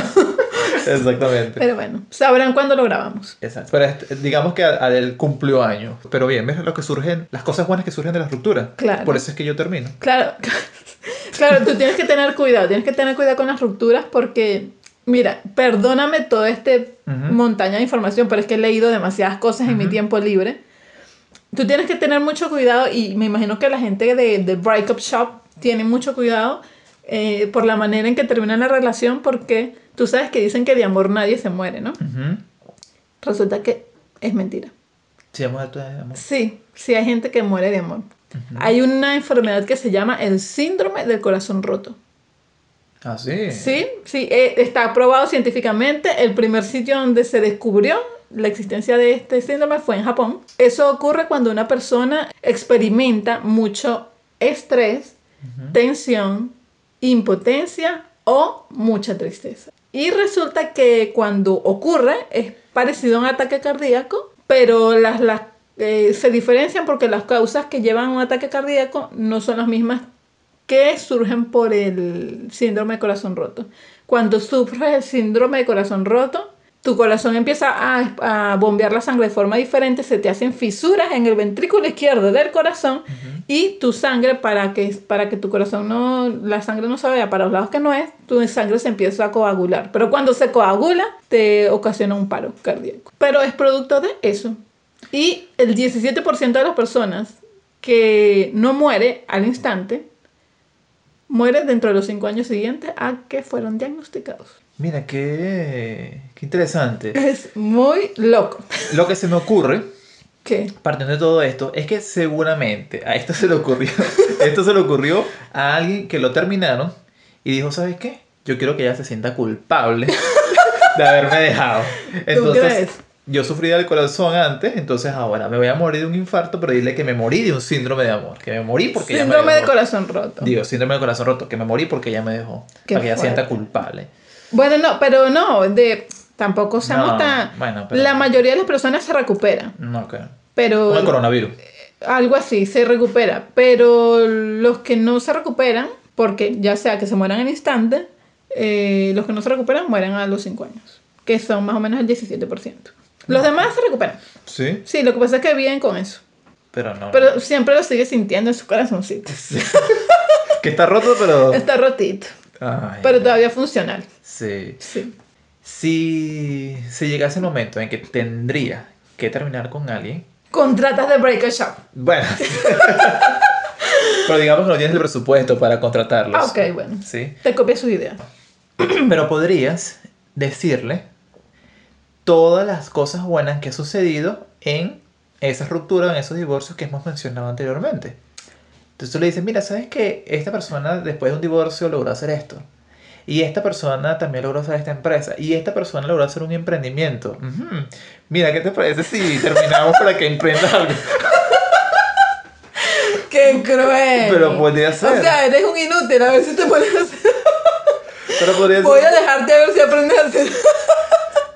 Speaker 1: Exactamente.
Speaker 2: Pero bueno, sabrán cuándo lo grabamos.
Speaker 1: Exacto. Pero este, digamos que Adel cumplió años. Pero bien, ves lo que surgen, las cosas buenas que surgen de las rupturas.
Speaker 2: Claro.
Speaker 1: Por eso es que yo termino.
Speaker 2: Claro, claro, tú tienes que tener cuidado, tienes que tener cuidado con las rupturas porque, mira, perdóname todo este
Speaker 1: Ujú.
Speaker 2: montaña de información, pero es que he leído demasiadas cosas en mi
Speaker 1: Ujú.
Speaker 2: tiempo libre. Tú tienes que tener mucho cuidado y me imagino que la gente de, de Breakup Shop tiene mucho cuidado eh, por la manera en que termina la relación porque tú sabes que dicen que de amor nadie se muere, ¿no?
Speaker 1: Ujú.
Speaker 2: Resulta que es mentira.
Speaker 1: Sí, vamos a tu- vamos.
Speaker 2: Sí, sí hay gente que muere de amor. Hay una enfermedad que se llama el síndrome del corazón roto.
Speaker 1: Ah, sí.
Speaker 2: Sí, sí, eh, está aprobado científicamente. El primer sitio donde se descubrió la existencia de este síndrome fue en Japón. Eso ocurre cuando una persona experimenta mucho estrés,
Speaker 1: Ujú.
Speaker 2: tensión, impotencia o mucha tristeza. Y resulta que cuando ocurre es parecido a un ataque cardíaco, pero las, las, eh, se diferencian porque las causas que llevan a un ataque cardíaco no son las mismas que surgen por el síndrome de corazón roto. Cuando sufres el síndrome de corazón roto, tu corazón empieza a, a bombear la sangre de forma diferente, se te hacen fisuras en el ventrículo izquierdo del corazón
Speaker 1: Ujú.
Speaker 2: y tu sangre, para que, para que tu corazón no, la sangre no se vaya para los lados que no es, tu sangre se empieza a coagular. Pero cuando se coagula, te ocasiona un paro cardíaco. Pero es producto de eso. Y el 17% de las personas que no muere al instante, muere dentro de los 5 años siguientes a que fueron diagnosticados.
Speaker 1: Mira, qué, qué interesante.
Speaker 2: Es muy loco.
Speaker 1: Lo que se me ocurre,
Speaker 2: ¿Qué?
Speaker 1: partiendo de todo esto, es que seguramente a esto se le ocurrió, esto se le ocurrió a alguien que lo terminaron y dijo, ¿sabes qué? Yo quiero que ella se sienta culpable de haberme dejado.
Speaker 2: crees?
Speaker 1: Entonces, yo sufrí del corazón antes, entonces ahora me voy a morir de un infarto, pero dile que me morí de un síndrome de amor, que me morí porque ella me
Speaker 2: Síndrome de
Speaker 1: dejó.
Speaker 2: corazón roto.
Speaker 1: Digo, síndrome de corazón roto, que me morí porque ella me dejó.
Speaker 2: Qué
Speaker 1: para que ella
Speaker 2: fuerte.
Speaker 1: sienta culpable.
Speaker 2: Bueno, no, pero no, de, tampoco seamos
Speaker 1: No,
Speaker 2: tan...
Speaker 1: bueno, pero-
Speaker 2: La mayoría de las personas se recuperan,
Speaker 1: No, creo.
Speaker 2: pero
Speaker 1: Como el coronavirus.
Speaker 2: algo así, se recupera. Pero los que no se recuperan, porque ya sea que se mueran al instante, eh, los que no se recuperan mueren a los 5 años, que son más o menos el 17%. Los demás se recuperan.
Speaker 1: Sí.
Speaker 2: Sí, lo que pasa es que viven con eso.
Speaker 1: Pero no.
Speaker 2: Pero siempre lo sigue sintiendo en su corazoncito.
Speaker 1: Que está roto, pero.
Speaker 2: Está rotito,
Speaker 1: Ay,
Speaker 2: pero todavía funcional.
Speaker 1: Sí.
Speaker 2: Sí.
Speaker 1: Si, si llegase el momento en que tendría que terminar con alguien.
Speaker 2: Contratas de Breaker Shop.
Speaker 1: Bueno. pero digamos que no tienes el presupuesto para contratarlos.
Speaker 2: Ah, ok, bueno.
Speaker 1: Sí.
Speaker 2: Te copias sus ideas.
Speaker 1: Pero podrías decirle todas las cosas buenas que ha sucedido en esas rupturas, en esos divorcios que hemos mencionado anteriormente. Entonces tú le dices, mira, ¿sabes que Esta persona después de un divorcio logró hacer esto. Y esta persona también logró hacer esta empresa. Y esta persona logró hacer un emprendimiento. Ujú. Mira, ¿qué te parece si terminamos para que emprendas algo?
Speaker 2: ¡Qué cruel!
Speaker 1: Pero podría ser.
Speaker 2: O sea, eres un inútil. A ver si te pones a hacer.
Speaker 1: Pero podría
Speaker 2: Voy
Speaker 1: ser-
Speaker 2: a dejarte a ver si aprendes a hacer.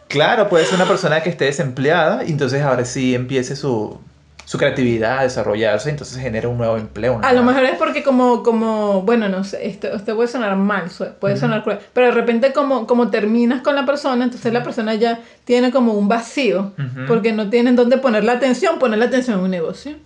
Speaker 1: Claro, puede ser una persona que esté desempleada y entonces ahora sí empiece su, su creatividad a desarrollarse, entonces genera un nuevo empleo. una
Speaker 2: A lo
Speaker 1: nueva-
Speaker 2: mejor es porque como, como bueno, no sé, esto, esto puede sonar mal, su- puede sonar cruel, pero de repente como, como terminas con la persona, entonces la persona ya tiene como un vacío,
Speaker 1: Ujú.
Speaker 2: porque no tienen dónde poner la atención, poner la atención en un negocio.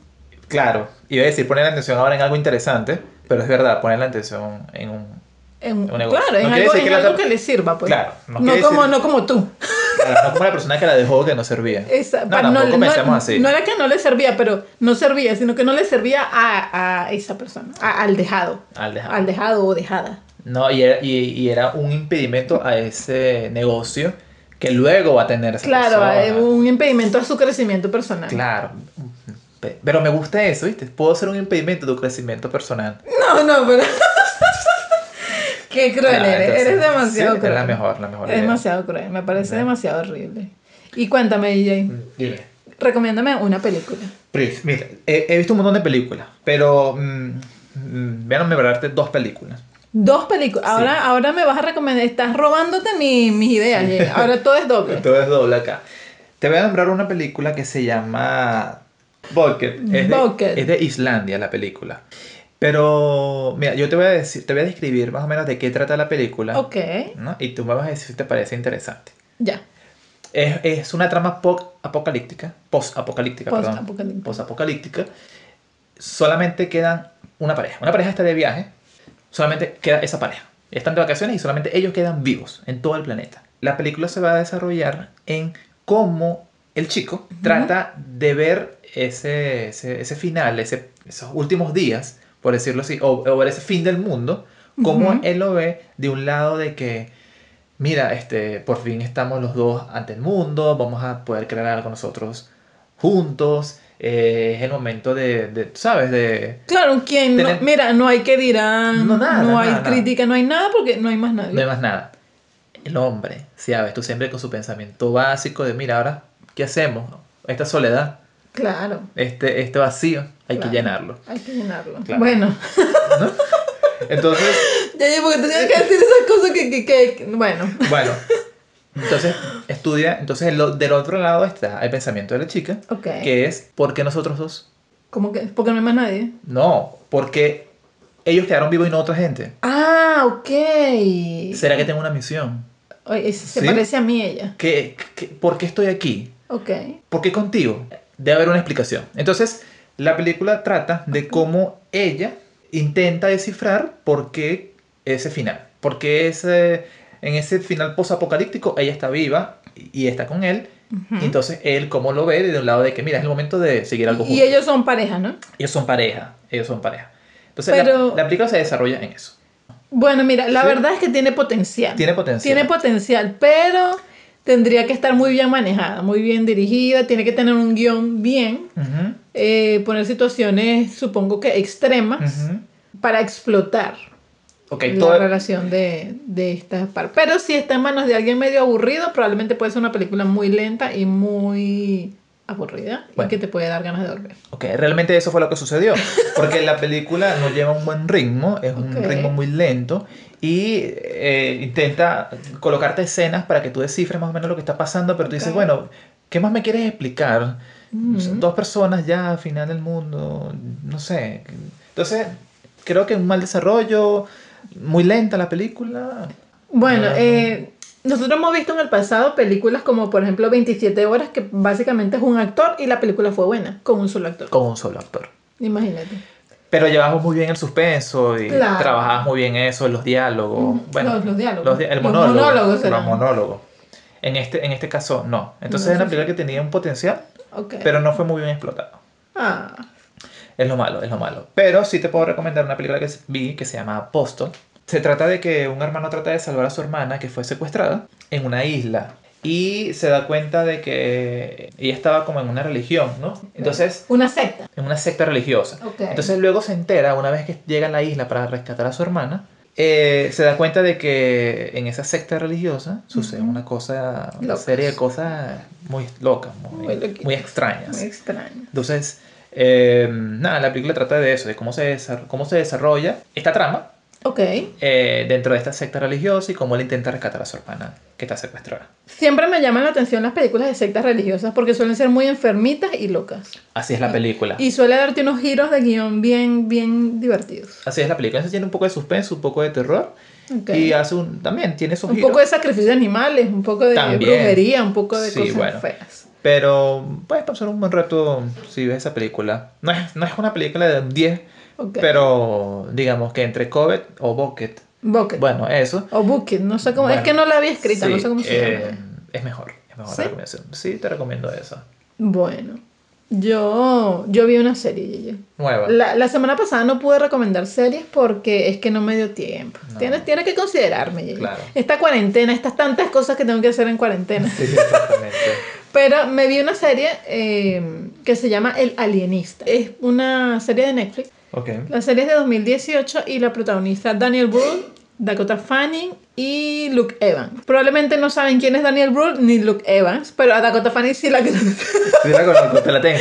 Speaker 1: Claro, iba a decir poner la atención ahora en algo interesante, pero es verdad, poner la atención en un...
Speaker 2: En,
Speaker 1: Un negocio.
Speaker 2: claro,
Speaker 1: No
Speaker 2: en
Speaker 1: quiere
Speaker 2: algo,
Speaker 1: decir
Speaker 2: en
Speaker 1: que la
Speaker 2: algo
Speaker 1: otra-
Speaker 2: que le sirva, pues.
Speaker 1: Claro, no
Speaker 2: no,
Speaker 1: quiere
Speaker 2: como,
Speaker 1: decir-
Speaker 2: no como tú.
Speaker 1: Claro, no como la persona que la dejó que no servía.
Speaker 2: Esa-
Speaker 1: no,
Speaker 2: pa-
Speaker 1: tampoco
Speaker 2: no,
Speaker 1: pensemos
Speaker 2: no-
Speaker 1: así.
Speaker 2: no era que no le servía, pero no servía, sino que no le servía a, a esa persona, a- al dejado,
Speaker 1: Al dejar.
Speaker 2: al dejado o dejada.
Speaker 1: No, y era, y, y era un impedimento a ese negocio que luego va a tener esa
Speaker 2: Claro,
Speaker 1: persona.
Speaker 2: eh, un impedimento a su crecimiento personal.
Speaker 1: Claro. Pe- Pero me gusta eso, ¿viste? Puedo ser un impedimento de tu crecimiento personal.
Speaker 2: No, no, pero. Qué cruel
Speaker 1: Ah,
Speaker 2: eres.
Speaker 1: entonces,
Speaker 2: eres demasiado
Speaker 1: sí,
Speaker 2: cruel.
Speaker 1: es la mejor, la mejor
Speaker 2: Eres
Speaker 1: idea.
Speaker 2: demasiado cruel. Me parece
Speaker 1: Ya.
Speaker 2: demasiado horrible. Y cuéntame, DJ.
Speaker 1: Dime.
Speaker 2: Recomiéndame una película.
Speaker 1: Mm, Pris, mira, he, he visto un montón de películas, pero mm, mm, voy a nombrarte dos películas.
Speaker 2: Dos películas. Ahora, ahora me vas a recomendar. Estás robándote mi- mis ideas. Jay. Ahora todo es doble.
Speaker 1: Entonces doble acá. Te voy a nombrar una película que se llama Bucket. Es de,
Speaker 2: Bucket.
Speaker 1: es de Islandia la película. Pero, mira, yo te voy a decir, te voy a describir más o menos de qué trata la película.
Speaker 2: Ok,
Speaker 1: ¿no? Y tú me vas a decir si te parece interesante.
Speaker 2: ya.
Speaker 1: Es, es una trama po- apocalíptica, post-apocalíptica,
Speaker 2: Pues
Speaker 1: perdón.
Speaker 2: Post-apocalíptica.
Speaker 1: Post-apocalíptica. Solamente quedan una pareja. Una pareja está de viaje, solamente queda esa pareja. Están de vacaciones y solamente ellos quedan vivos en todo el planeta. La película se va a desarrollar en cómo el chico trata de ver ese, ese, ese final, ese- esos últimos días, por decirlo así, o, o ver ese fin del mundo, cómo
Speaker 2: Ujú.
Speaker 1: él lo ve de un lado de que mira, este, por fin estamos los dos ante el mundo, vamos a poder crear algo nosotros juntos, eh, es el momento de, de, ¿sabes? De,
Speaker 2: Claro, quien no-
Speaker 1: Tener-
Speaker 2: mira, no hay que dirán,
Speaker 1: No,
Speaker 2: no,
Speaker 1: nada,
Speaker 2: hay
Speaker 1: nada, nada.
Speaker 2: crítica, no hay nada porque no hay más nadie.
Speaker 1: no hay más nada. El hombre, ¿sabes? Tú siempre con su pensamiento básico de, mira, ahora, ¿qué hacemos? Esta soledad,
Speaker 2: Claro,
Speaker 1: este, este vacío, hay
Speaker 2: Claro.
Speaker 1: que llenarlo.
Speaker 2: hay que llenarlo.
Speaker 1: Claro.
Speaker 2: Bueno,
Speaker 1: ¿no? Entonces,
Speaker 2: ya ya, porque tú
Speaker 1: Eh,
Speaker 2: tienes que decir esas cosas que, que, que- que- bueno,
Speaker 1: bueno, entonces estudia, entonces lo- del otro lado está el pensamiento de la chica,
Speaker 2: ok.
Speaker 1: que es, ¿por qué nosotros dos?
Speaker 2: ¿Cómo que? Porque no hay más nadie.
Speaker 1: No, porque ellos quedaron vivos y no otra gente.
Speaker 2: Ah, ok.
Speaker 1: ¿Será que tengo una misión?
Speaker 2: Oye, ese se
Speaker 1: ¿Sí?
Speaker 2: parece a mí ella.
Speaker 1: ¿Qué, qué- por qué estoy aquí?
Speaker 2: Ok.
Speaker 1: ¿Por qué contigo? Debe haber una explicación. Entonces, la película trata de cómo ella intenta descifrar por qué ese final. Por qué ese, en ese final posapocalíptico ella está viva y y está con él.
Speaker 2: Ujú.
Speaker 1: Y entonces él cómo lo ve de un lado de que, mira, es el momento de seguir algo
Speaker 2: Y
Speaker 1: juntos.
Speaker 2: ellos son pareja, ¿no?
Speaker 1: Ellos son pareja. Ellos son pareja. Entonces, la-
Speaker 2: Pero-
Speaker 1: la, película se desarrolla en eso.
Speaker 2: Bueno, mira, la
Speaker 1: Sí.
Speaker 2: verdad es que tiene potencial.
Speaker 1: Tiene potencial.
Speaker 2: Tiene potencial, pero tendría que estar muy bien manejada, muy bien dirigida, tiene que tener un guión bien,
Speaker 1: Ujú,
Speaker 2: eh, poner situaciones, supongo que extremas,
Speaker 1: ujú.
Speaker 2: para explotar
Speaker 1: Ok,
Speaker 2: la
Speaker 1: todo-
Speaker 2: relación de, de esta par. Pero si está en manos de alguien medio aburrido, probablemente puede ser una película muy lenta y muy aburrida
Speaker 1: Bueno.
Speaker 2: y que te puede dar ganas de dormir.
Speaker 1: ok, realmente eso fue lo que sucedió. Porque la película no lleva un buen ritmo, es un
Speaker 2: Ok.
Speaker 1: ritmo muy lento y eh, intenta colocarte escenas para que tú descifres más o menos lo que está pasando, pero tú dices,
Speaker 2: Ok.
Speaker 1: bueno, ¿qué más me quieres explicar?
Speaker 2: Mm.
Speaker 1: Son Dos personas ya al final del mundo, no sé. Entonces, creo que un mal desarrollo, muy lenta la película.
Speaker 2: Bueno,
Speaker 1: No, no.
Speaker 2: eh, nosotros hemos visto en el pasado películas como por ejemplo 27 horas, que básicamente es un actor y la película fue buena, con un solo actor.
Speaker 1: Con un solo actor.
Speaker 2: Imagínate.
Speaker 1: Pero llevabas muy bien el suspenso y
Speaker 2: Claro.
Speaker 1: trabajabas muy bien eso, los diálogos.
Speaker 2: Ujú,
Speaker 1: Oh, Bueno,
Speaker 2: los- los diálogos.
Speaker 1: di- el
Speaker 2: Los
Speaker 1: monólogo.
Speaker 2: monólogos
Speaker 1: los
Speaker 2: eran.
Speaker 1: monólogos. En este, en este caso, no. Entonces
Speaker 2: No,
Speaker 1: es una
Speaker 2: sí,
Speaker 1: película que tenía un potencial,
Speaker 2: Ok.
Speaker 1: pero no fue muy bien explotado.
Speaker 2: Ah,
Speaker 1: Es lo malo, es lo malo. Pero sí te puedo recomendar una película que vi que se llama Apóstol. Se trata de que un hermano trata de salvar a su hermana que fue secuestrada en una isla. Y se da cuenta de que ella estaba como en una religión, ¿no? Entonces,
Speaker 2: una secta.
Speaker 1: en una secta religiosa.
Speaker 2: Ok.
Speaker 1: Entonces luego se entera, una vez que llega a la isla para rescatar a su hermana, eh, se da cuenta de que en esa secta religiosa sucede
Speaker 2: Ujú.
Speaker 1: una cosa, una
Speaker 2: Locas.
Speaker 1: serie de cosas muy locas, muy,
Speaker 2: Muy loquitas.
Speaker 1: muy extrañas.
Speaker 2: Muy extraño.
Speaker 1: Entonces, eh, nada, la película trata de eso, de cómo se, desar- cómo se desarrolla esta trama
Speaker 2: Ok.
Speaker 1: eh, dentro de esta secta religiosa y cómo él intenta rescatar a su hermana que está secuestrada.
Speaker 2: Siempre me llaman la atención las películas de sectas religiosas porque suelen ser muy enfermitas y locas.
Speaker 1: Así es la película.
Speaker 2: Y suele darte unos giros de guión bien, bien divertidos.
Speaker 1: Así es la película. Entonces tiene un poco de suspenso, un poco de terror.
Speaker 2: Ok.
Speaker 1: Y hace un, también tiene esos
Speaker 2: Un
Speaker 1: giros.
Speaker 2: poco de sacrificio de animales, un poco de
Speaker 1: También.
Speaker 2: brujería, un poco de
Speaker 1: Sí,
Speaker 2: cosas
Speaker 1: bueno.
Speaker 2: feas.
Speaker 1: Pero puedes pasar un buen rato si ves esa película. No es, no es una película de un 10,
Speaker 2: Ok.
Speaker 1: pero digamos que entre Covet o Bucket,
Speaker 2: Bucket.
Speaker 1: bueno, eso.
Speaker 2: O Bucket, no sé cómo.
Speaker 1: Bueno,
Speaker 2: es que no la había escrita, no
Speaker 1: sí,
Speaker 2: sé cómo se
Speaker 1: eh,
Speaker 2: llama.
Speaker 1: Es mejor, es mejor
Speaker 2: ¿Sí?
Speaker 1: la recomendación. Sí, te recomiendo esa.
Speaker 2: Bueno, yo, yo vi una serie, Yeye.
Speaker 1: Nueva.
Speaker 2: La, la semana pasada no pude recomendar series porque es que no me dio tiempo.
Speaker 1: No.
Speaker 2: Tienes, tienes que considerarme, Yeye.
Speaker 1: Claro.
Speaker 2: Esta cuarentena, estas tantas cosas que tengo que hacer en cuarentena.
Speaker 1: Sí, exactamente.
Speaker 2: Pero me vi una serie eh, que se llama El Alienista. Es una serie de Netflix.
Speaker 1: ok.
Speaker 2: La serie es de 2018 y la protagonista Daniel Brühl Dakota Fanning y Luke Evans. Probablemente no saben quién es Daniel Brühl ni Luke Evans, pero a Dakota Fanning sí la,
Speaker 1: Sí la conozco, te la tengo.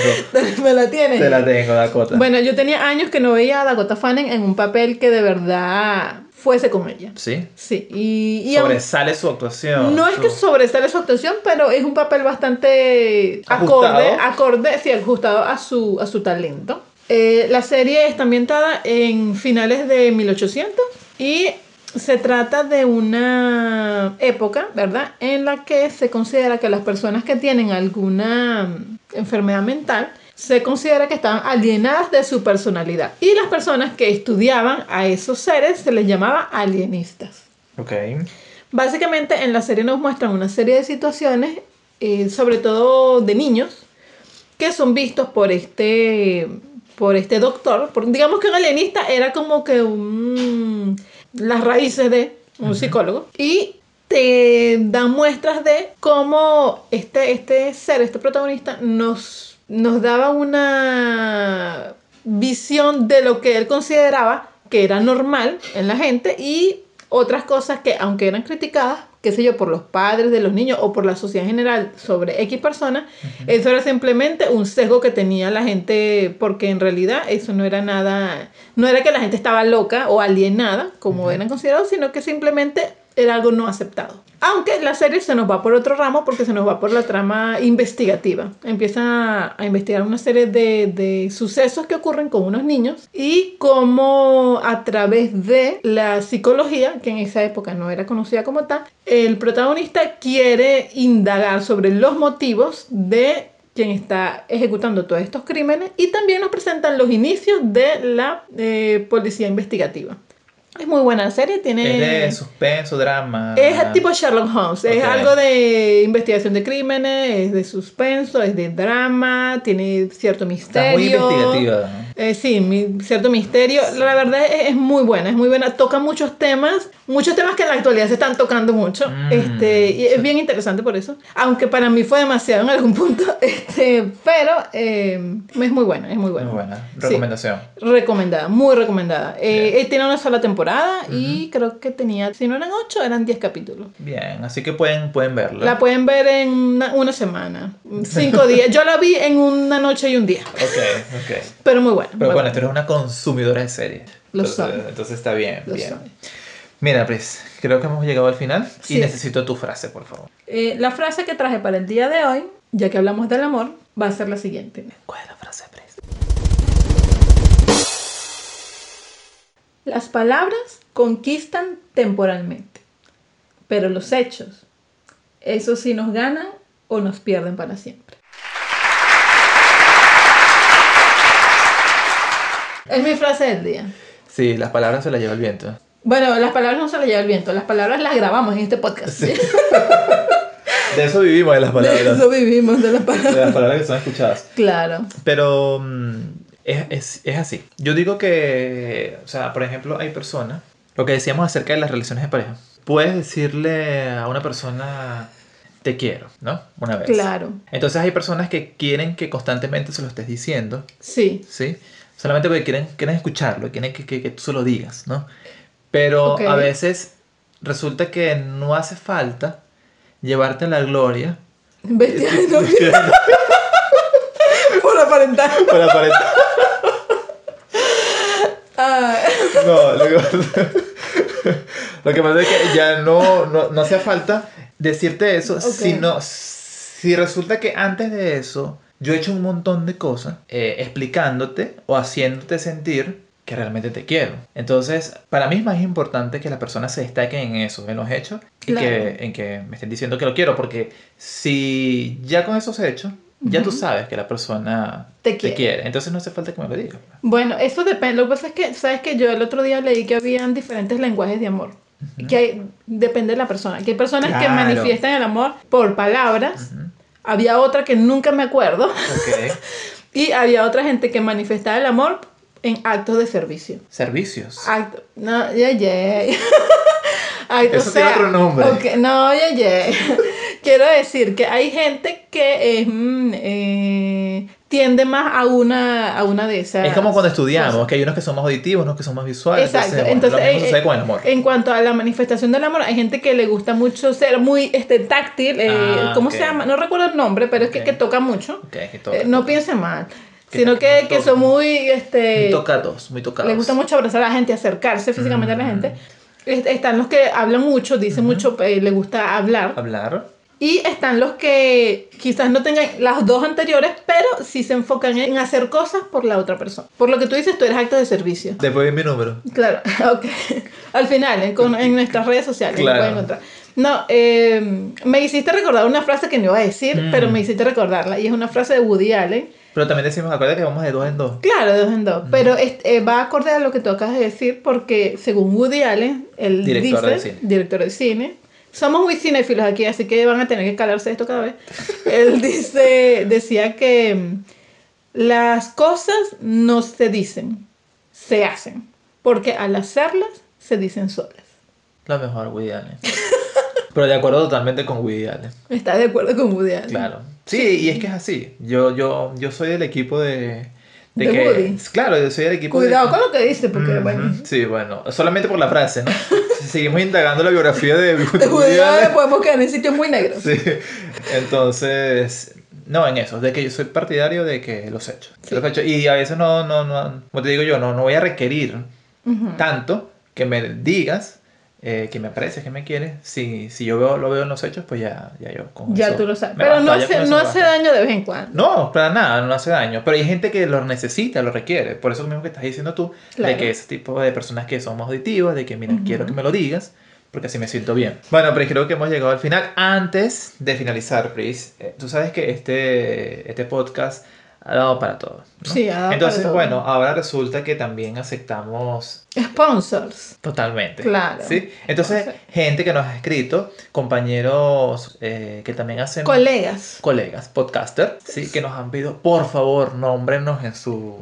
Speaker 2: me la tienen.
Speaker 1: Te la tengo, Dakota.
Speaker 2: Bueno, yo tenía años que no veía a Dakota Fanning en un papel que de verdad fuese con ella.
Speaker 1: Sí.
Speaker 2: Sí, y, y aun-
Speaker 1: Sobresale su actuación.
Speaker 2: no es que
Speaker 1: su-
Speaker 2: sobresale su actuación, pero es un papel bastante
Speaker 1: Ajustado.
Speaker 2: acorde, acorde, sí, ajustado a su, a su talento. Eh, la serie está ambientada en finales de 1800 y se trata de una época, ¿verdad?, en la que se considera que las personas que tienen alguna mm, enfermedad mental se considera que están alienadas de su personalidad. Y las personas que estudiaban a esos seres se les llamaba alienistas.
Speaker 1: Ok.
Speaker 2: Básicamente en la serie nos muestran una serie de situaciones, eh, sobre todo de niños, que son vistos por este, por este doctor. Por- digamos que un alienista era como que un- las raíces de un psicólogo. Y te dan muestras de cómo este, este ser, este protagonista, nos, nos daba una visión de lo que él consideraba que era normal en la gente y otras cosas que, aunque eran criticadas, qué sé yo, por los padres de los niños o por la sociedad en general sobre X personas, eso era simplemente un sesgo que tenía la gente, porque en realidad eso no era nada, no era que la gente estaba loca o alienada, como eran considerados, sino que simplemente era algo no aceptado. Aunque la serie se nos va por otro ramo porque se nos va por la trama investigativa. Empieza a investigar una serie de, de sucesos que ocurren con unos niños y cómo a través de la psicología, que en esa época no era conocida como tal, el protagonista quiere indagar sobre los motivos de quien está ejecutando todos estos crímenes y también nos presentan los inicios de la eh, policía investigativa. Es muy buena serie,
Speaker 1: Es
Speaker 2: tiene...
Speaker 1: de suspenso, drama.
Speaker 2: Eh, Es tipo Sherlock Holmes, es
Speaker 1: Ah. Ok.
Speaker 2: algo de investigación de crímenes, es de suspenso, es de drama, tiene cierto
Speaker 1: Está
Speaker 2: misterio.
Speaker 1: muy investigativa. ¿no?
Speaker 2: Eh, sí, mi- cierto misterio. La verdad es, es muy buena, es muy buena. Toca muchos temas, muchos temas que en la actualidad se están tocando mucho.
Speaker 1: Mm,
Speaker 2: este, y es bien interesante por eso. Aunque para mí fue demasiado en algún punto. Este, pero eh, es muy buena, es muy buena.
Speaker 1: Muy buena.
Speaker 2: Sí.
Speaker 1: Recomendación.
Speaker 2: Recomendada, muy recomendada. Eh, eh, tiene una sola temporada y creo que tenía, si no eran 8, eran 10 capítulos.
Speaker 1: Bien, así que pueden, pueden verla.
Speaker 2: La pueden ver en una, una semana, cinco días. Yo la vi en una noche y un día,
Speaker 1: Ok, ok.
Speaker 2: pero muy buena.
Speaker 1: Pero
Speaker 2: muy
Speaker 1: bueno, tú eres una consumidora de series.
Speaker 2: Lo
Speaker 1: entonces,
Speaker 2: soy.
Speaker 1: entonces está bien,
Speaker 2: buena, lo
Speaker 1: bien.
Speaker 2: soy.
Speaker 1: Mira, Pris, creo que hemos llegado al final y
Speaker 2: Sí.
Speaker 1: necesito tu frase, por favor.
Speaker 2: Eh, la frase que traje para el día de hoy, ya que hablamos del amor, va a ser la siguiente.
Speaker 1: ¿Cuál es la frase, Pris?
Speaker 2: Las palabras conquistan temporalmente, pero los hechos, esos sí nos ganan o nos pierden para siempre. Es mi frase del día.
Speaker 1: Sí, las palabras se las lleva el viento.
Speaker 2: Bueno, las palabras no se las lleva el viento, las palabras las grabamos en este podcast.
Speaker 1: Sí, De eso vivimos, de las palabras.
Speaker 2: De eso vivimos, de
Speaker 1: De
Speaker 2: las palabras.
Speaker 1: las palabras que son escuchadas.
Speaker 2: Claro.
Speaker 1: Pero mm, es, es- es así. Yo digo que, o sea, por ejemplo, hay personas, lo que decíamos acerca de las relaciones de pareja, puedes decirle a una persona, te quiero, ¿no? Una vez.
Speaker 2: Claro.
Speaker 1: Entonces hay personas que quieren que constantemente se lo estés diciendo,
Speaker 2: Sí.
Speaker 1: ¿sí? Solamente porque quieren, quieren escucharlo, quieren que, que- que tú se lo digas, ¿no? Pero
Speaker 2: Ok.
Speaker 1: a veces resulta que no hace falta llevarte la gloria
Speaker 2: Vestida de novia por aparentar.
Speaker 1: para aparentar.
Speaker 2: Ah,
Speaker 1: No, lo que, lo que pasa es que ya no, no, no hacía falta decirte eso,
Speaker 2: Ok.
Speaker 1: sino si resulta que antes de eso yo he hecho un montón de cosas eh, explicándote o haciéndote sentir que realmente te quiero. Entonces, para mí es más importante que las personas se destaquen en eso, en los hechos, y
Speaker 2: Claro.
Speaker 1: que, en que me estén diciendo que lo quiero, porque si ya con esos hechos, ya tú sabes que la persona
Speaker 2: Te quiere.
Speaker 1: entonces no hace falta que me lo digas. pues.
Speaker 2: Bueno, eso depende. Lo que pasa es que, sabes que yo el otro día leí que habían diferentes lenguajes de amor. Que hay- depende de la persona. Que hay personas que
Speaker 1: Ah. Claro.
Speaker 2: manifiestan el amor por palabras. Había otra que nunca me acuerdo.
Speaker 1: Ok.
Speaker 2: Y había otra gente que manifestaba el amor en actos de servicio.
Speaker 1: Servicios.
Speaker 2: Acto. No, ya, ya. Acto,
Speaker 1: Eso tiene otro nombre.
Speaker 2: ok, no, ya, ya. Quiero decir que hay gente que es mm, eh, tiende más a una, a una de esas.
Speaker 1: Es como cuando estudiamos, que hay unos que son más auditivos, unos que son más visuales.
Speaker 2: Exacto.
Speaker 1: Entonces, bueno,
Speaker 2: Entonces,
Speaker 1: lo mismo
Speaker 2: eh,
Speaker 1: sucede con el amor.
Speaker 2: En cuanto a la manifestación del amor, hay gente que le gusta mucho ser muy este, táctil, eh,
Speaker 1: Ah,
Speaker 2: ¿cómo
Speaker 1: ok.
Speaker 2: se llama? No recuerdo el nombre, pero es que,
Speaker 1: Ok.
Speaker 2: que toca mucho.
Speaker 1: Ok, que toca,
Speaker 2: Eh, no
Speaker 1: toca.
Speaker 2: piense mal,
Speaker 1: Que
Speaker 2: sino
Speaker 1: toca,
Speaker 2: que, que
Speaker 1: toca.
Speaker 2: son muy... Este,
Speaker 1: Muy tocados, muy tocados.
Speaker 2: le gusta mucho abrazar a la gente, acercarse físicamente a la
Speaker 1: Mm.
Speaker 2: gente. Est- Están los que hablan mucho, dicen mucho, eh, le gusta hablar.
Speaker 1: hablar.
Speaker 2: Y están los que quizás no tengan las dos anteriores, pero sí se enfocan en hacer cosas por la otra persona. Por lo que tú dices, tú eres acto de servicio.
Speaker 1: Después vi mi número.
Speaker 2: Claro, ok. Al final, en, con- en nuestras redes sociales lo
Speaker 1: Claro.
Speaker 2: pueden encontrar. No, eh, me hiciste recordar una frase que no iba a decir,
Speaker 1: Mm.
Speaker 2: pero me hiciste recordarla. Y es una frase de Woody Allen.
Speaker 1: Pero también decimos, acuérdate que vamos de dos en dos.
Speaker 2: Claro, de dos en dos. Pero este, eh, va acorde a lo que tú acabas de decir, porque según Woody Allen, el
Speaker 1: Director
Speaker 2: dice,
Speaker 1: de cine.
Speaker 2: director de cine, somos muy cinéfilos aquí, así que van a tener que calarse esto cada vez. Él dice, decía que mm, las cosas no se dicen, se hacen, porque al hacerlas se dicen solas.
Speaker 1: Lo mejor, Woody Allen. Pero de acuerdo totalmente con Woody Allen.
Speaker 2: ¿Estás de acuerdo con Woody Allen?
Speaker 1: Claro. Sí, y es que es así. Yo, yo, yo soy del equipo de.
Speaker 2: De
Speaker 1: que,
Speaker 2: Woody.
Speaker 1: Claro, yo soy del equipo
Speaker 2: Cuidado
Speaker 1: de.
Speaker 2: con lo que dice, porque
Speaker 1: Ujú.
Speaker 2: bueno.
Speaker 1: Sí, bueno, solamente por la frase, ¿no? Si seguimos indagando la biografía de
Speaker 2: De Woody
Speaker 1: Woody
Speaker 2: Allen
Speaker 1: Allen.
Speaker 2: podemos quedar en sitios muy negros.
Speaker 1: Sí. Entonces, no en eso, de que yo soy partidario de que los hechos.
Speaker 2: Sí.
Speaker 1: Los hechos. Y a veces no, no, no, como te digo yo, no, no voy a requerir
Speaker 2: Ujú.
Speaker 1: tanto que me digas eh, que me aprecias, que me quieres. Si, si yo veo, lo veo en los hechos, pues ya, ya yo con
Speaker 2: Ya
Speaker 1: eso
Speaker 2: tú lo sabes.
Speaker 1: me
Speaker 2: Pero
Speaker 1: basta,
Speaker 2: no,
Speaker 1: ya
Speaker 2: hace,
Speaker 1: con eso
Speaker 2: no
Speaker 1: me
Speaker 2: hace
Speaker 1: basta.
Speaker 2: daño de vez en cuando.
Speaker 1: No, para nada, no hace daño. Pero hay gente que lo necesita, lo requiere. Por eso mismo que estás diciendo tú,
Speaker 2: Claro.
Speaker 1: de que ese tipo de personas que son más auditivas, de que, mira,
Speaker 2: Ujú.
Speaker 1: quiero que me lo digas, porque así me siento bien. Bueno, pero creo que hemos llegado al final. Antes de finalizar, Pris, eh, tú sabes que este, este podcast ha dado para todo. ¿no?
Speaker 2: Sí, ha dado para
Speaker 1: Entonces,
Speaker 2: todo.
Speaker 1: bueno, ahora resulta que también aceptamos
Speaker 2: Sponsors.
Speaker 1: Totalmente.
Speaker 2: Claro.
Speaker 1: ¿Sí? Entonces,
Speaker 2: Entonces-
Speaker 1: gente que nos ha escrito, compañeros eh, que también hacen
Speaker 2: Colegas.
Speaker 1: colegas, podcaster, ¿sí? que nos han pedido, por favor, nómbrenos en su,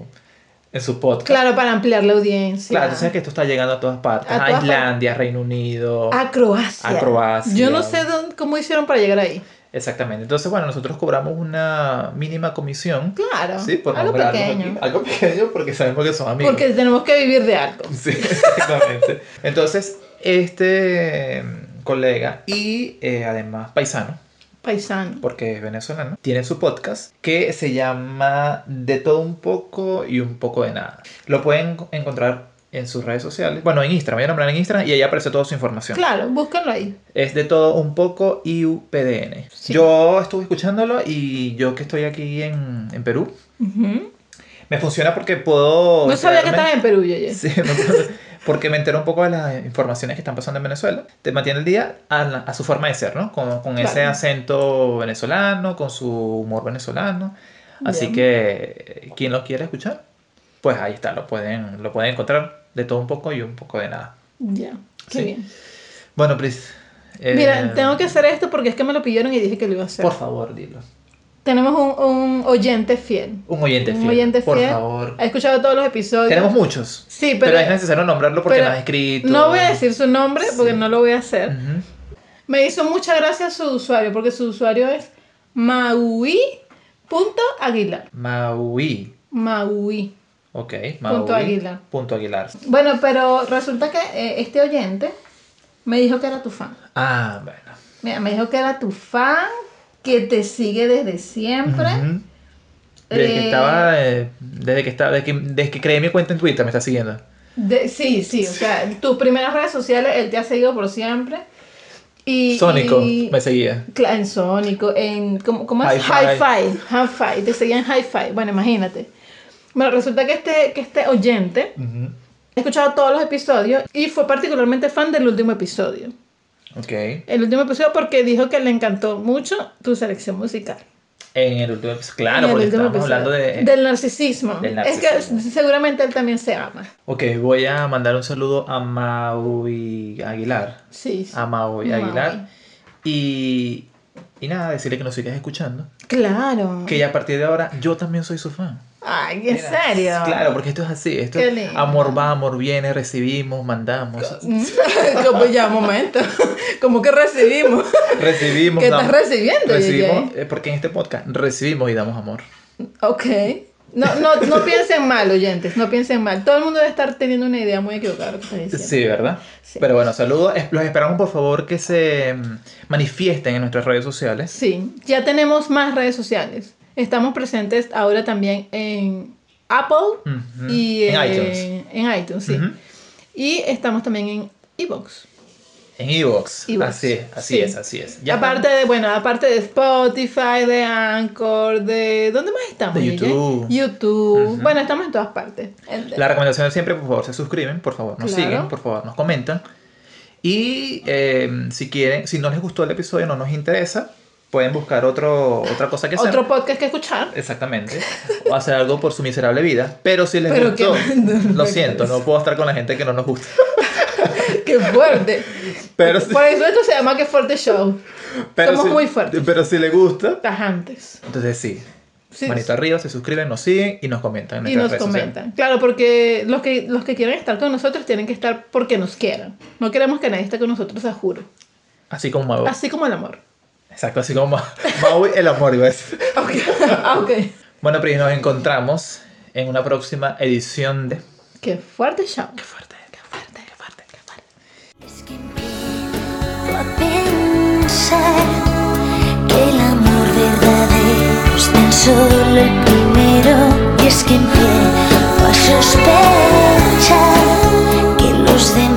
Speaker 1: en su podcast.
Speaker 2: Claro, para ampliar la audiencia.
Speaker 1: Claro, tú sabes que esto está llegando a todas partes.
Speaker 2: A
Speaker 1: A,
Speaker 2: todas
Speaker 1: Islandia, Reino Unido.
Speaker 2: A Croacia.
Speaker 1: A Croacia.
Speaker 2: Yo no sé dónde- cómo hicieron para llegar ahí.
Speaker 1: Exactamente. Entonces, bueno, nosotros cobramos una mínima comisión.
Speaker 2: Claro.
Speaker 1: Sí, por
Speaker 2: algo
Speaker 1: nombrarlos
Speaker 2: pequeño.
Speaker 1: aquí. Algo pequeño porque sabemos que son amigos.
Speaker 2: Porque tenemos que vivir de algo.
Speaker 1: Sí, exactamente. Entonces, este mm, colega y eh, además paisano,
Speaker 2: Paisano.
Speaker 1: porque es venezolano, tiene su podcast que se llama De todo un poco y un poco de nada. Lo pueden encontrar en sus redes sociales. Bueno, en Instagram, voy a nombrar en Instagram y ahí aparece toda su información.
Speaker 2: Claro, búsquenlo ahí.
Speaker 1: Es de todo un poco IUPDN.
Speaker 2: Sí.
Speaker 1: Yo estuve escuchándolo y yo que estoy aquí en, en Perú,
Speaker 2: Ujú.
Speaker 1: me funciona porque puedo...
Speaker 2: No sabía que
Speaker 1: enterarme-
Speaker 2: estabas en Perú, Yeye.
Speaker 1: Sí, me puse- porque me entero un poco de las informaciones que están pasando en Venezuela. Te mantiene el día a, la- a su forma de ser, ¿no? Con, con ese
Speaker 2: Claro.
Speaker 1: acento venezolano, con su humor venezolano. Así
Speaker 2: Bien.
Speaker 1: que, eh, quien lo quiera escuchar, pues ahí está, lo pueden, lo pueden encontrar de todo un poco y un poco de nada.
Speaker 2: Ya. Qué
Speaker 1: Sí.
Speaker 2: bien.
Speaker 1: Bueno, Pris. eh,
Speaker 2: Mira, tengo que hacer esto porque es que me lo pidieron y dije que lo iba a hacer.
Speaker 1: Por favor, dilo.
Speaker 2: Tenemos un, un oyente fiel.
Speaker 1: Un oyente
Speaker 2: un
Speaker 1: fiel.
Speaker 2: oyente
Speaker 1: por
Speaker 2: fiel.
Speaker 1: favor.
Speaker 2: Ha escuchado todos los episodios.
Speaker 1: Tenemos muchos.
Speaker 2: Sí,
Speaker 1: Pero,
Speaker 2: pero
Speaker 1: es necesario nombrarlo porque
Speaker 2: pero
Speaker 1: nos ha escrito.
Speaker 2: No voy a decir su nombre porque no lo voy a hacer.
Speaker 1: Ujú.
Speaker 2: Me hizo mucha gracia su usuario porque su usuario es maui.aguilar.
Speaker 1: Maui.
Speaker 2: Maui.
Speaker 1: Ok,
Speaker 2: Punto
Speaker 1: Maui,
Speaker 2: Aguilar.
Speaker 1: Punto Aguilar.
Speaker 2: Bueno, pero resulta que eh, este oyente me dijo que era tu fan.
Speaker 1: Ah, bueno.
Speaker 2: Mira, me dijo que era tu fan, que te sigue desde siempre.
Speaker 1: Ujú. Desde
Speaker 2: Eh,
Speaker 1: que estaba, eh, desde que estaba, desde que, desde que creé mi cuenta en Twitter me está siguiendo.
Speaker 2: De- sí, sí, o sea, tus primeras redes sociales, él te ha seguido por siempre. Y,
Speaker 1: Sónico
Speaker 2: y-
Speaker 1: me seguía.
Speaker 2: Cla- En Sónico, en. ¿Cómo, cómo es?
Speaker 1: Hi-Fi.
Speaker 2: Hi-Fi. Hi-Fi. Te seguían Hi-Fi. Bueno, imagínate. Bueno, resulta que este, que este oyente
Speaker 1: Ujú.
Speaker 2: ha escuchado todos los episodios y fue particularmente fan del último episodio.
Speaker 1: Ok.
Speaker 2: El último episodio porque dijo que le encantó mucho tu selección musical.
Speaker 1: En el último, pues, claro,
Speaker 2: En el
Speaker 1: porque
Speaker 2: último
Speaker 1: estábamos
Speaker 2: episodio.
Speaker 1: hablando de...
Speaker 2: del narcisismo.
Speaker 1: Del
Speaker 2: Es que
Speaker 1: narcisismo.
Speaker 2: seguramente él también se ama.
Speaker 1: Ok, voy a mandar un saludo a Maui Aguilar.
Speaker 2: Sí. sí.
Speaker 1: A Maui
Speaker 2: Maui.
Speaker 1: Aguilar. Y, y nada, decirle que nos sigas escuchando.
Speaker 2: Claro.
Speaker 1: Que ya a partir de ahora yo también soy su fan.
Speaker 2: Ay, ¿en
Speaker 1: Mira,
Speaker 2: serio?
Speaker 1: Claro, porque esto es así. Esto
Speaker 2: Qué
Speaker 1: es
Speaker 2: lindo.
Speaker 1: amor va, amor viene, recibimos, mandamos.
Speaker 2: Como ya, un momento. Como que recibimos.
Speaker 1: Recibimos.
Speaker 2: ¿Qué
Speaker 1: damos-
Speaker 2: estás recibiendo,
Speaker 1: Recibimos,
Speaker 2: Yeye?
Speaker 1: eh, porque en este podcast recibimos y damos amor.
Speaker 2: Ok. No, no, no piensen mal, oyentes, no piensen mal. Todo el mundo debe estar teniendo una idea muy equivocada de lo que estoy diciendo.
Speaker 1: Sí, ¿verdad?
Speaker 2: Sí.
Speaker 1: Pero bueno, saludos. Es- Los esperamos por favor que se mm, manifiesten en nuestras redes sociales.
Speaker 2: Sí, ya tenemos más redes sociales. Estamos presentes ahora también en Apple
Speaker 1: Ujú.
Speaker 2: y
Speaker 1: en
Speaker 2: eh,
Speaker 1: iTunes.
Speaker 2: En iTunes, sí.
Speaker 1: Ujú.
Speaker 2: Y estamos también en Evox.
Speaker 1: En Evox.
Speaker 2: Evox.
Speaker 1: Así es, así
Speaker 2: Sí.
Speaker 1: es, así es.
Speaker 2: aparte de, bueno, aparte de Spotify, de Anchor, de. ¿Dónde más estamos?
Speaker 1: De
Speaker 2: Yeye?
Speaker 1: YouTube.
Speaker 2: YouTube.
Speaker 1: Ujú.
Speaker 2: Bueno, estamos en todas partes.
Speaker 1: La recomendación es siempre, por favor, se suscriben, por favor, nos
Speaker 2: Claro.
Speaker 1: siguen, por favor, nos comentan. Y eh, si quieren, si no les gustó el episodio, no nos interesa, pueden buscar otro, otra cosa que hacer.
Speaker 2: Otro podcast que escuchar.
Speaker 1: Exactamente. O hacer algo por su miserable vida. Pero si les
Speaker 2: Pero
Speaker 1: gustó,
Speaker 2: qué- no, no
Speaker 1: lo
Speaker 2: me
Speaker 1: siento, no puedo estar con la gente que no nos gusta.
Speaker 2: ¡Qué fuerte!
Speaker 1: Pero si-
Speaker 2: Por eso esto se llama Que Fuerte Show.
Speaker 1: pero
Speaker 2: somos
Speaker 1: si-
Speaker 2: muy fuertes.
Speaker 1: Pero si les gusta,
Speaker 2: Tajantes.
Speaker 1: entonces sí.
Speaker 2: Sí,
Speaker 1: Manito arriba, se suscriben, nos siguen y nos comentan. en
Speaker 2: y nos
Speaker 1: nuestras redes sociales.
Speaker 2: comentan. Claro, porque los que, los que quieran estar con nosotros tienen que estar porque nos quieran. No queremos que nadie esté con nosotros, a juro.
Speaker 1: Así como Mau.
Speaker 2: Así como el amor.
Speaker 1: Exacto, así como Ma- Mau el amor, iba a decir.
Speaker 2: Ok. Ah, ok.
Speaker 1: Bueno, Pri, nos encontramos en una próxima edición de.
Speaker 2: Qué fuerte show.
Speaker 1: Qué fuerte, qué fuerte, qué fuerte, qué fuerte.
Speaker 3: Es que empiezo a pensar que el amor verdadero es tan solo el primero. Y es que empiezo a sospechar que los demás.